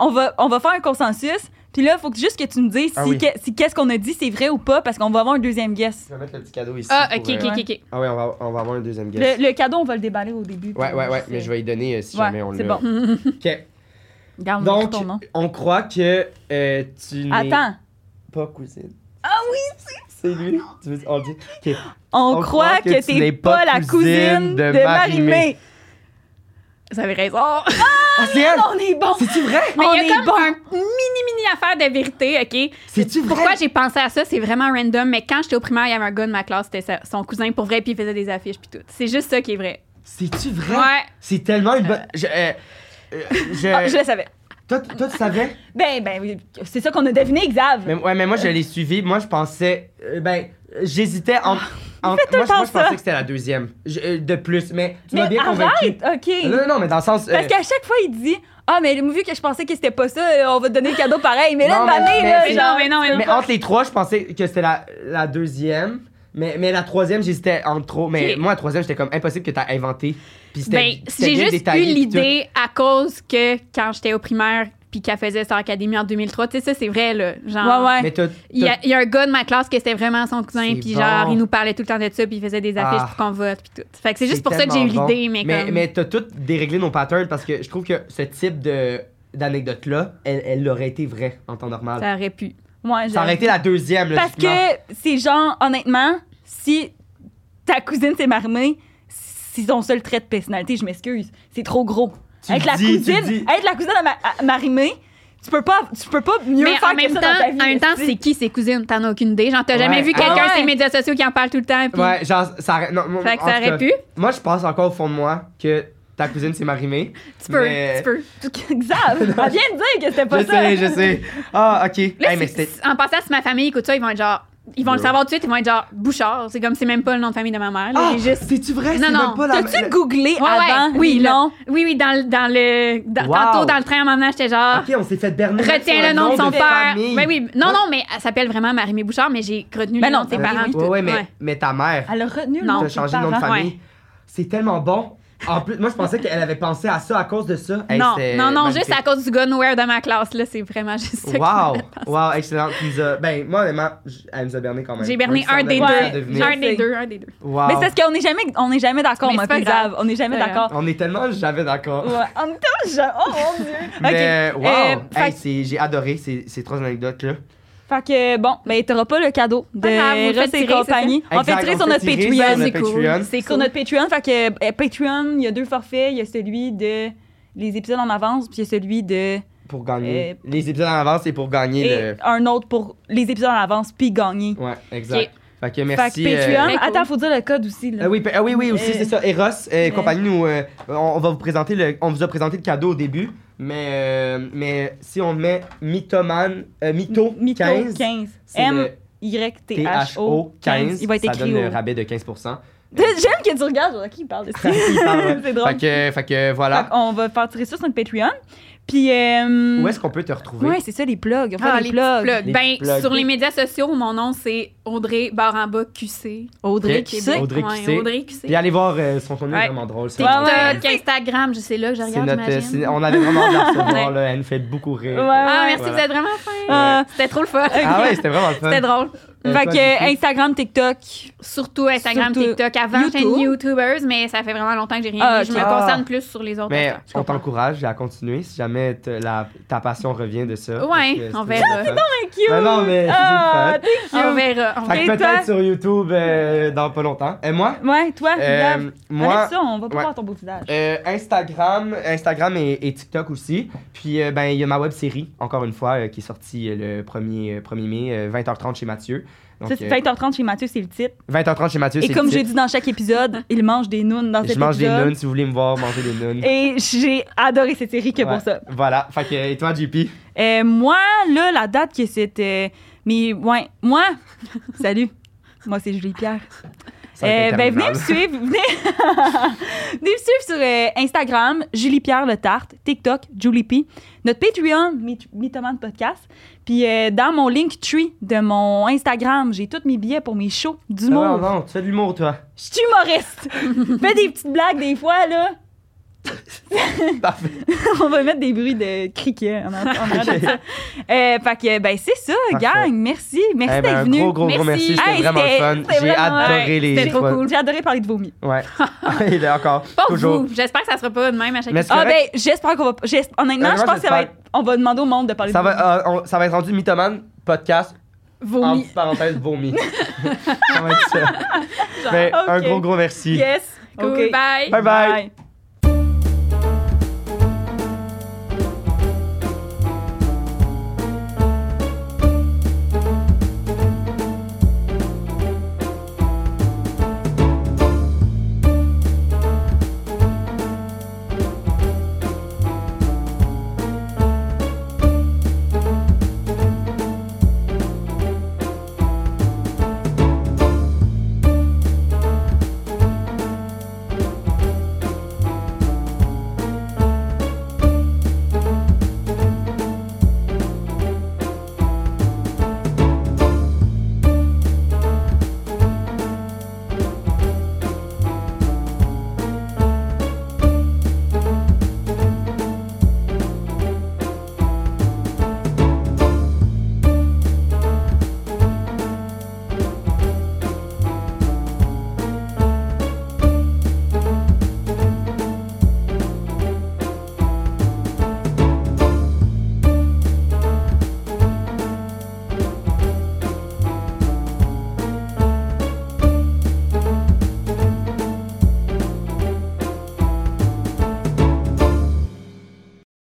S2: on va, on va faire un consensus. Puis là, il faut que- juste que tu me dises
S1: Ah
S2: si,
S1: oui.
S2: que- si qu'est-ce qu'on a dit, c'est vrai ou pas, parce qu'on va avoir un deuxième guess.
S1: Je vais mettre le petit cadeau ici.
S3: Ah,
S1: pour,
S3: ok,
S1: euh,
S3: ok, ok. ok.
S1: Ah, ouais, on va, on va avoir un deuxième guest.
S2: Le, le cadeau, on va le déballer au début.
S1: Ouais, ouais, ouais, mais je vais y donner euh, si jamais on l'a.
S2: C'est bon.
S1: OK.
S2: Regarde, on écrit
S1: Donc,
S2: ton nom.
S1: on croit que euh, tu n'es
S2: Attends.
S1: pas cousine. [LAUGHS]
S2: Ah oui!
S1: C'est lui. Tu veux, on dit. OK.
S2: On, croit que,
S1: tu
S2: t'es
S1: n'es
S2: pas
S1: pas
S2: la cousine
S1: cousine
S2: de,
S1: de
S2: Marimé.
S1: Marie-Mé.
S3: Vous avez raison.
S1: Ah, c'est elle!
S2: On est bon!
S1: C'est-tu vrai?
S3: Mais
S2: On
S3: il y a
S2: est
S3: comme un mini-mini affaire de vérité, OK?
S1: C'est-tu vrai?
S3: Pourquoi j'ai pensé à ça? C'est vraiment random, mais quand j'étais au primaire, il y avait un gars de ma classe, c'était sa- son cousin pour vrai, puis il faisait des affiches, puis tout. C'est juste ça qui est vrai.
S1: C'est-tu vrai?
S3: Ouais.
S1: C'est tellement une bonne. Je. euh, euh, je-
S2: Ah, je le savais.
S1: Toi, tu- toi, tu savais?
S2: Ben, ben, oui, c'est ça qu'on a deviné, Xav.
S1: Mais, ouais, mais moi, je l'ai suivi. Moi, je pensais. euh, ben, j'hésitais
S2: [LAUGHS]
S1: entre. entre- moi, je- moi,
S2: temps
S1: je pensais
S2: ça.
S1: que c'était la deuxième. Je- euh, de plus, mais tu
S2: Mais
S1: m'as bien convaincu.
S2: arrête, OK.
S1: Non, non, non, mais dans le sens.
S2: Parce
S1: euh,
S2: qu'à chaque fois, il dit Ah, mais vu que je pensais que c'était pas ça, euh, on va te donner le cadeau pareil. Mais
S1: Non,
S2: là, une
S1: mais-
S2: année,
S1: mais
S2: là,
S1: c'est-
S2: genre,
S3: mais non, mais non.
S1: Mais entre les trois, je pensais que c'était la, la deuxième. Mais, mais la troisième, j'hésitais entre trop. Mais
S3: Ok.
S1: moi, la troisième, j'étais comme impossible que t'as inventé. Puis
S3: Ben,
S1: c'était. c'était
S3: j'ai
S1: bien
S3: juste eu
S1: détaillé, puis tout.
S3: l'idée à cause que quand j'étais au primaire, puis qu'elle faisait Star Academy en 2003, tu sais, ça, c'est vrai, là. Genre,
S2: Ouais, ouais.
S1: Mais t'as.
S3: Il y, a, il y a un gars de ma classe qui c'était vraiment son cousin,
S1: C'est
S3: puis
S1: bon.
S3: genre, il nous parlait tout le temps de ça, puis il faisait des affiches
S1: Ah.
S3: pour qu'on vote, puis tout. Fait que c'est juste pour ça que j'ai eu l'idée, mais,
S1: Mais,
S3: comme.
S1: mais t'as tout déréglé nos patterns parce que je trouve que ce type de d'anecdote-là, elle, elle aurait été vraie en temps normal.
S3: Ça aurait pu.
S2: Ouais,
S1: Ça aurait été la deuxième, là,
S2: Parce
S1: justement.
S2: que c'est genre, honnêtement, si ta cousine s'est marmée, si son seul trait de personnalité, je m'excuse, c'est trop gros.
S1: Tu
S2: être,
S1: le
S2: la
S1: dis, tu le
S2: cousine,
S1: dis.
S2: être la cousine à, ma- à marimée, tu peux pas, tu peux pas mieux
S3: Mais
S2: faire
S3: en
S2: que
S3: même
S2: ça
S3: temps,
S2: dans ta vie.
S3: en même temps,
S2: tu sais.
S3: c'est qui ses cousines? T'en as aucune idée. Genre, t'as
S1: Ouais.
S3: jamais vu
S1: Ah
S3: quelqu'un
S2: ouais.
S3: sur les médias sociaux qui en parle tout le temps. Puis...
S1: Ouais, genre, ça aurait. Non, moi,
S3: Fait que
S1: en
S3: ça
S1: tout cas,
S3: aurait pu.
S1: Moi, je pense encore au fond de moi que ta cousine, c'est Marimé.
S3: Tu peux,
S1: mais-
S3: tu peux.
S2: [LAUGHS] Xav,
S1: [LAUGHS]
S2: elle vient de dire que c'était pas
S1: Je
S2: ça.
S1: sais, je sais. Ah, ok.
S3: Là,
S1: Hey, mais
S3: c'est-
S1: c'était.
S3: en passant, si ma famille écoute ça, ils vont être genre. Ils vont le
S1: Ouais.
S3: savoir tout de suite, ils vont être genre Bouchard. C'est comme c'est même pas le nom de famille de ma mère. là.
S1: Ah,
S3: Il est juste-
S1: c'est-tu vrai?
S3: Non,
S1: C'est
S3: non.
S1: même pas la.
S2: T'as-tu
S1: le-
S2: googlé
S3: Ouais,
S2: avant?
S3: ouais, oui,
S2: les
S3: là.
S2: noms?
S3: Oui, oui, dans, le- dans le. dans-
S1: Wow.
S3: Tantôt, dans le train, en m'emmenant, j'étais genre.
S1: Ok, on s'est fait berner.
S3: hein? Retiens
S1: sur
S3: le nom de son père.
S1: famille.
S3: Ben oui, non,
S1: Ouais.
S3: non, mais elle s'appelle vraiment Marie-Mé Bouchard, mais j'ai retenu
S2: Ben
S3: le
S2: non,
S3: nom de ses
S1: Ah
S2: oui,
S3: parents.
S2: oui.
S3: tout.
S1: Ouais, ouais,
S3: Ouais. Ah,
S1: mais, mais ta mère,
S2: Elle a retenu le
S3: Non,
S2: nom
S1: t'as
S2: de ses
S1: changé le nom de
S2: parents.
S1: famille. C'est tellement bon. En plus, moi, je pensais qu'elle avait pensé à ça à cause de ça. Hey,
S3: non,
S1: c'est
S3: non, non,
S1: magnifique.
S3: juste à cause du gars nowhere de ma classe, là, c'est vraiment juste ça. qui
S1: Wow,
S3: m'a fait-
S1: wow, excellent. Tu nous as- Ben, moi, honnêtement, j- elle nous a berné quand même.
S3: J'ai berné
S1: Même si on
S3: un
S1: avait
S3: des
S1: pas
S3: deux.
S1: deviné.
S3: Un
S2: Je
S3: des
S2: sais.
S3: deux, un des deux.
S1: Wow.
S2: Mais c'est parce qu'on n'est jamais, on n'est jamais d'accord,
S3: Mais
S2: moi,
S3: c'est pas
S2: puis
S3: grave.
S2: Xav, On n'est jamais
S3: C'est pas
S2: d'accord.
S1: On est tellement jamais d'accord.
S2: Ouais, en même temps, je-
S1: [LAUGHS]
S2: Oh mon dieu! OK.
S1: Mais wow,
S2: Euh,
S1: Hey,
S2: fait,
S1: c'est- j'ai adoré ces, ces trois anecdotes-là.
S2: fait que bon, ben t'auras pas le cadeau de
S3: Pas grave, vous
S2: Ross
S3: faites
S2: et
S3: tirer,
S2: compagnie.
S1: c'est ça?
S2: On fait
S1: Exact,
S2: tirer
S1: on
S2: sur
S1: fait
S2: notre
S1: tirer sur
S2: Patreon.
S1: notre
S2: C'est
S1: Patreon.
S2: C'est
S3: cool.
S2: sur notre Patreon. Fait que euh, Patreon, il y a deux forfaits. Il y a celui de les épisodes en avance, puis il y a celui de
S1: Pour gagner.
S2: Euh,
S1: Les épisodes en avance, c'est pour gagner
S2: et
S1: le.
S2: un autre pour les épisodes en avance, puis gagner.
S1: Ouais, exact.
S3: Ok.
S1: Fait que
S2: Fait
S1: merci.
S2: que
S1: euh,
S2: Patreon,
S3: Très cool.
S2: attends, faut dire le code aussi. Là.
S1: Ah oui, pa- ah oui, oui, aussi,
S2: Euh,
S1: c'est ça. Eros et compagnie, nous, euh, on, on va vous présenter le, on vous a présenté le cadeau au début, mais, euh, mais si on met Mythoman, euh, Mytho,
S2: Mytho
S1: 15,
S2: 15.
S1: c'est
S2: M
S1: le
S2: Y T H O
S1: THO
S2: 15.
S1: 15,
S2: Il va être
S1: ça
S2: écrit
S1: donne le
S2: au.
S1: rabais de 15%.
S2: J'aime que tu regardes, genre, qui parle de ça.
S1: Il parle,
S2: [LAUGHS] C'est drôle.
S1: Fait que, fait que voilà.
S2: On va faire tirer ça sur notre Patreon. Puis. euh,
S1: Où est-ce qu'on peut te retrouver?
S2: Ouais, c'est ça, les plugs. On fait
S3: Ah,
S2: les,
S3: les
S2: plugs.
S3: petits plugs.
S1: Les
S3: Ben,
S1: petits plugs.
S3: sur les médias sociaux, mon nom, c'est Audrey Baramba QC.
S2: Audrey,
S1: Ok.
S2: qui
S3: Québec.
S2: sait?
S1: Audrey
S3: Ouais,
S1: QC.
S3: Audrey QC.
S1: Puis allez voir euh, son contenu
S3: Ouais.
S1: vraiment drôle. C'est
S2: Ouais,
S1: vraiment-
S2: ouais.
S3: TikTok, Instagram, je sais là que je
S1: c'est
S3: regarde,
S1: notre, euh,
S3: j'imagine.
S1: c'est- on avait vraiment hâte de la
S2: [LAUGHS]
S1: recevoir,
S3: Ouais.
S1: là, elle nous fait beaucoup rire.
S2: Ouais, ouais.
S3: Ah, merci,
S1: Voilà.
S3: vous êtes vraiment fin.
S2: Euh,
S3: C'était trop le fun.
S1: Ah
S3: [LAUGHS]
S1: ouais, c'était vraiment le fun.
S3: C'était drôle.
S1: Euh,
S2: fait
S1: toi,
S2: que
S1: Vicky?
S2: Instagram, TikTok.
S3: Surtout Instagram,
S2: Surtout
S3: TikTok. Avant, j'étais
S2: YouTube.
S3: une YouTubeuse, mais ça fait vraiment longtemps que j'ai rien
S2: Ah,
S3: vu. Je
S2: ok.
S3: me
S1: Ah.
S3: concentre plus sur les autres.
S1: Mais
S3: affaires.
S1: on t'encourage à continuer si jamais te- la- ta passion revient de ça.
S3: Ouais,
S1: parce que
S3: on
S1: c'est
S3: verra.
S1: le fun.
S2: Thank
S1: Ben non, mais c'est
S2: Ah,
S1: le
S2: t'es cute.
S3: On verra. on verra.
S1: Fait que
S2: Et toi?
S1: peut-être sur YouTube euh, dans pas longtemps. Et moi?
S2: Ouais, toi,
S1: Euh,
S2: Gab,
S1: moi,
S2: enlève Ah, ça, on va pas
S1: ouais.
S2: voir ton beau visage.
S1: euh, Instagram, Instagram et, et TikTok aussi. Puis euh, ben il y a ma web série encore une fois euh, qui est sortie euh, le 1er euh, 1er mai euh, 20h30 chez Mathieu. Donc,
S2: Ça, c'est
S1: euh,
S2: 20h30 chez Mathieu, c'est le titre.
S1: 20h30 chez Mathieu,
S2: Et
S1: c'est
S2: comme
S1: le
S2: j'ai
S1: titre.
S2: dit dans chaque épisode, il mange des nounes dans cet
S1: je mange des
S2: épisode.
S1: nuns si vous voulez me voir manger des nuns.
S2: [LAUGHS] Et j'ai adoré cette série que
S1: Ouais,
S2: pour ça.
S1: Voilà, fait que et toi JP,
S2: Euh, moi, là, la date que c'était. Mais, ouais, moi, [LAUGHS] salut. Moi, c'est Julie Pierre.
S1: ça va être
S2: Euh, ben, venez [LAUGHS] me
S1: interminable.
S2: suivre. Venez, venez me suivre sur euh, Instagram, Julie Pierre Le Tarte, TikTok, Julie P, notre Patreon, Myth- Mythoman Podcast. Puis euh, dans mon Linktree de mon Instagram, j'ai tous mes billets pour mes shows
S1: Ah
S2: d'humour.
S1: ouais, non, tu fais de l'humour toi.
S2: [LAUGHS] Je suis humoriste. Fais des petites blagues des fois, là.
S1: Parfait.
S2: On va mettre des bruits de criquets en en- en arrière de ça. Euh, fait que, ben, c'est ça,
S1: Parfait.
S2: gang. Merci. Merci
S1: Eh ben,
S2: d'être
S1: un
S2: venu.
S1: gros gros gros
S3: Merci.
S1: merci, c'était
S2: Hey,
S1: vraiment le
S2: c'était-
S1: fun.
S2: c'était
S1: J'ai
S2: vraiment-
S1: adoré
S3: ouais,
S1: les
S3: c'était trop
S1: fois.
S3: cool.
S2: J'ai adoré parler de vomi.
S1: Ouais. [LAUGHS] Il est encore
S3: Pas
S1: toujours.
S3: vous. J'espère que ça sera pas de même à chaque
S1: Mais
S3: épisode.
S1: C'est
S2: Ah, ben,
S1: correct?
S2: j'espère qu'on va. j'es- Honnêtement,
S1: Euh,
S2: je
S1: moi,
S2: pense que ça va être.
S1: j'espère.
S2: On va demander au monde de parler
S1: Ça
S2: de vomi.
S1: va, euh, on- ça va être rendu mythomane podcast en
S3: Vomi.
S1: petite parenthèse vomi. ça va être ça. Mais un
S2: Ok.
S1: ah, ben, gros gros merci.
S2: Yes.
S3: Cool.
S2: Ok.
S3: Bye.
S1: Bye bye.
S2: Bye.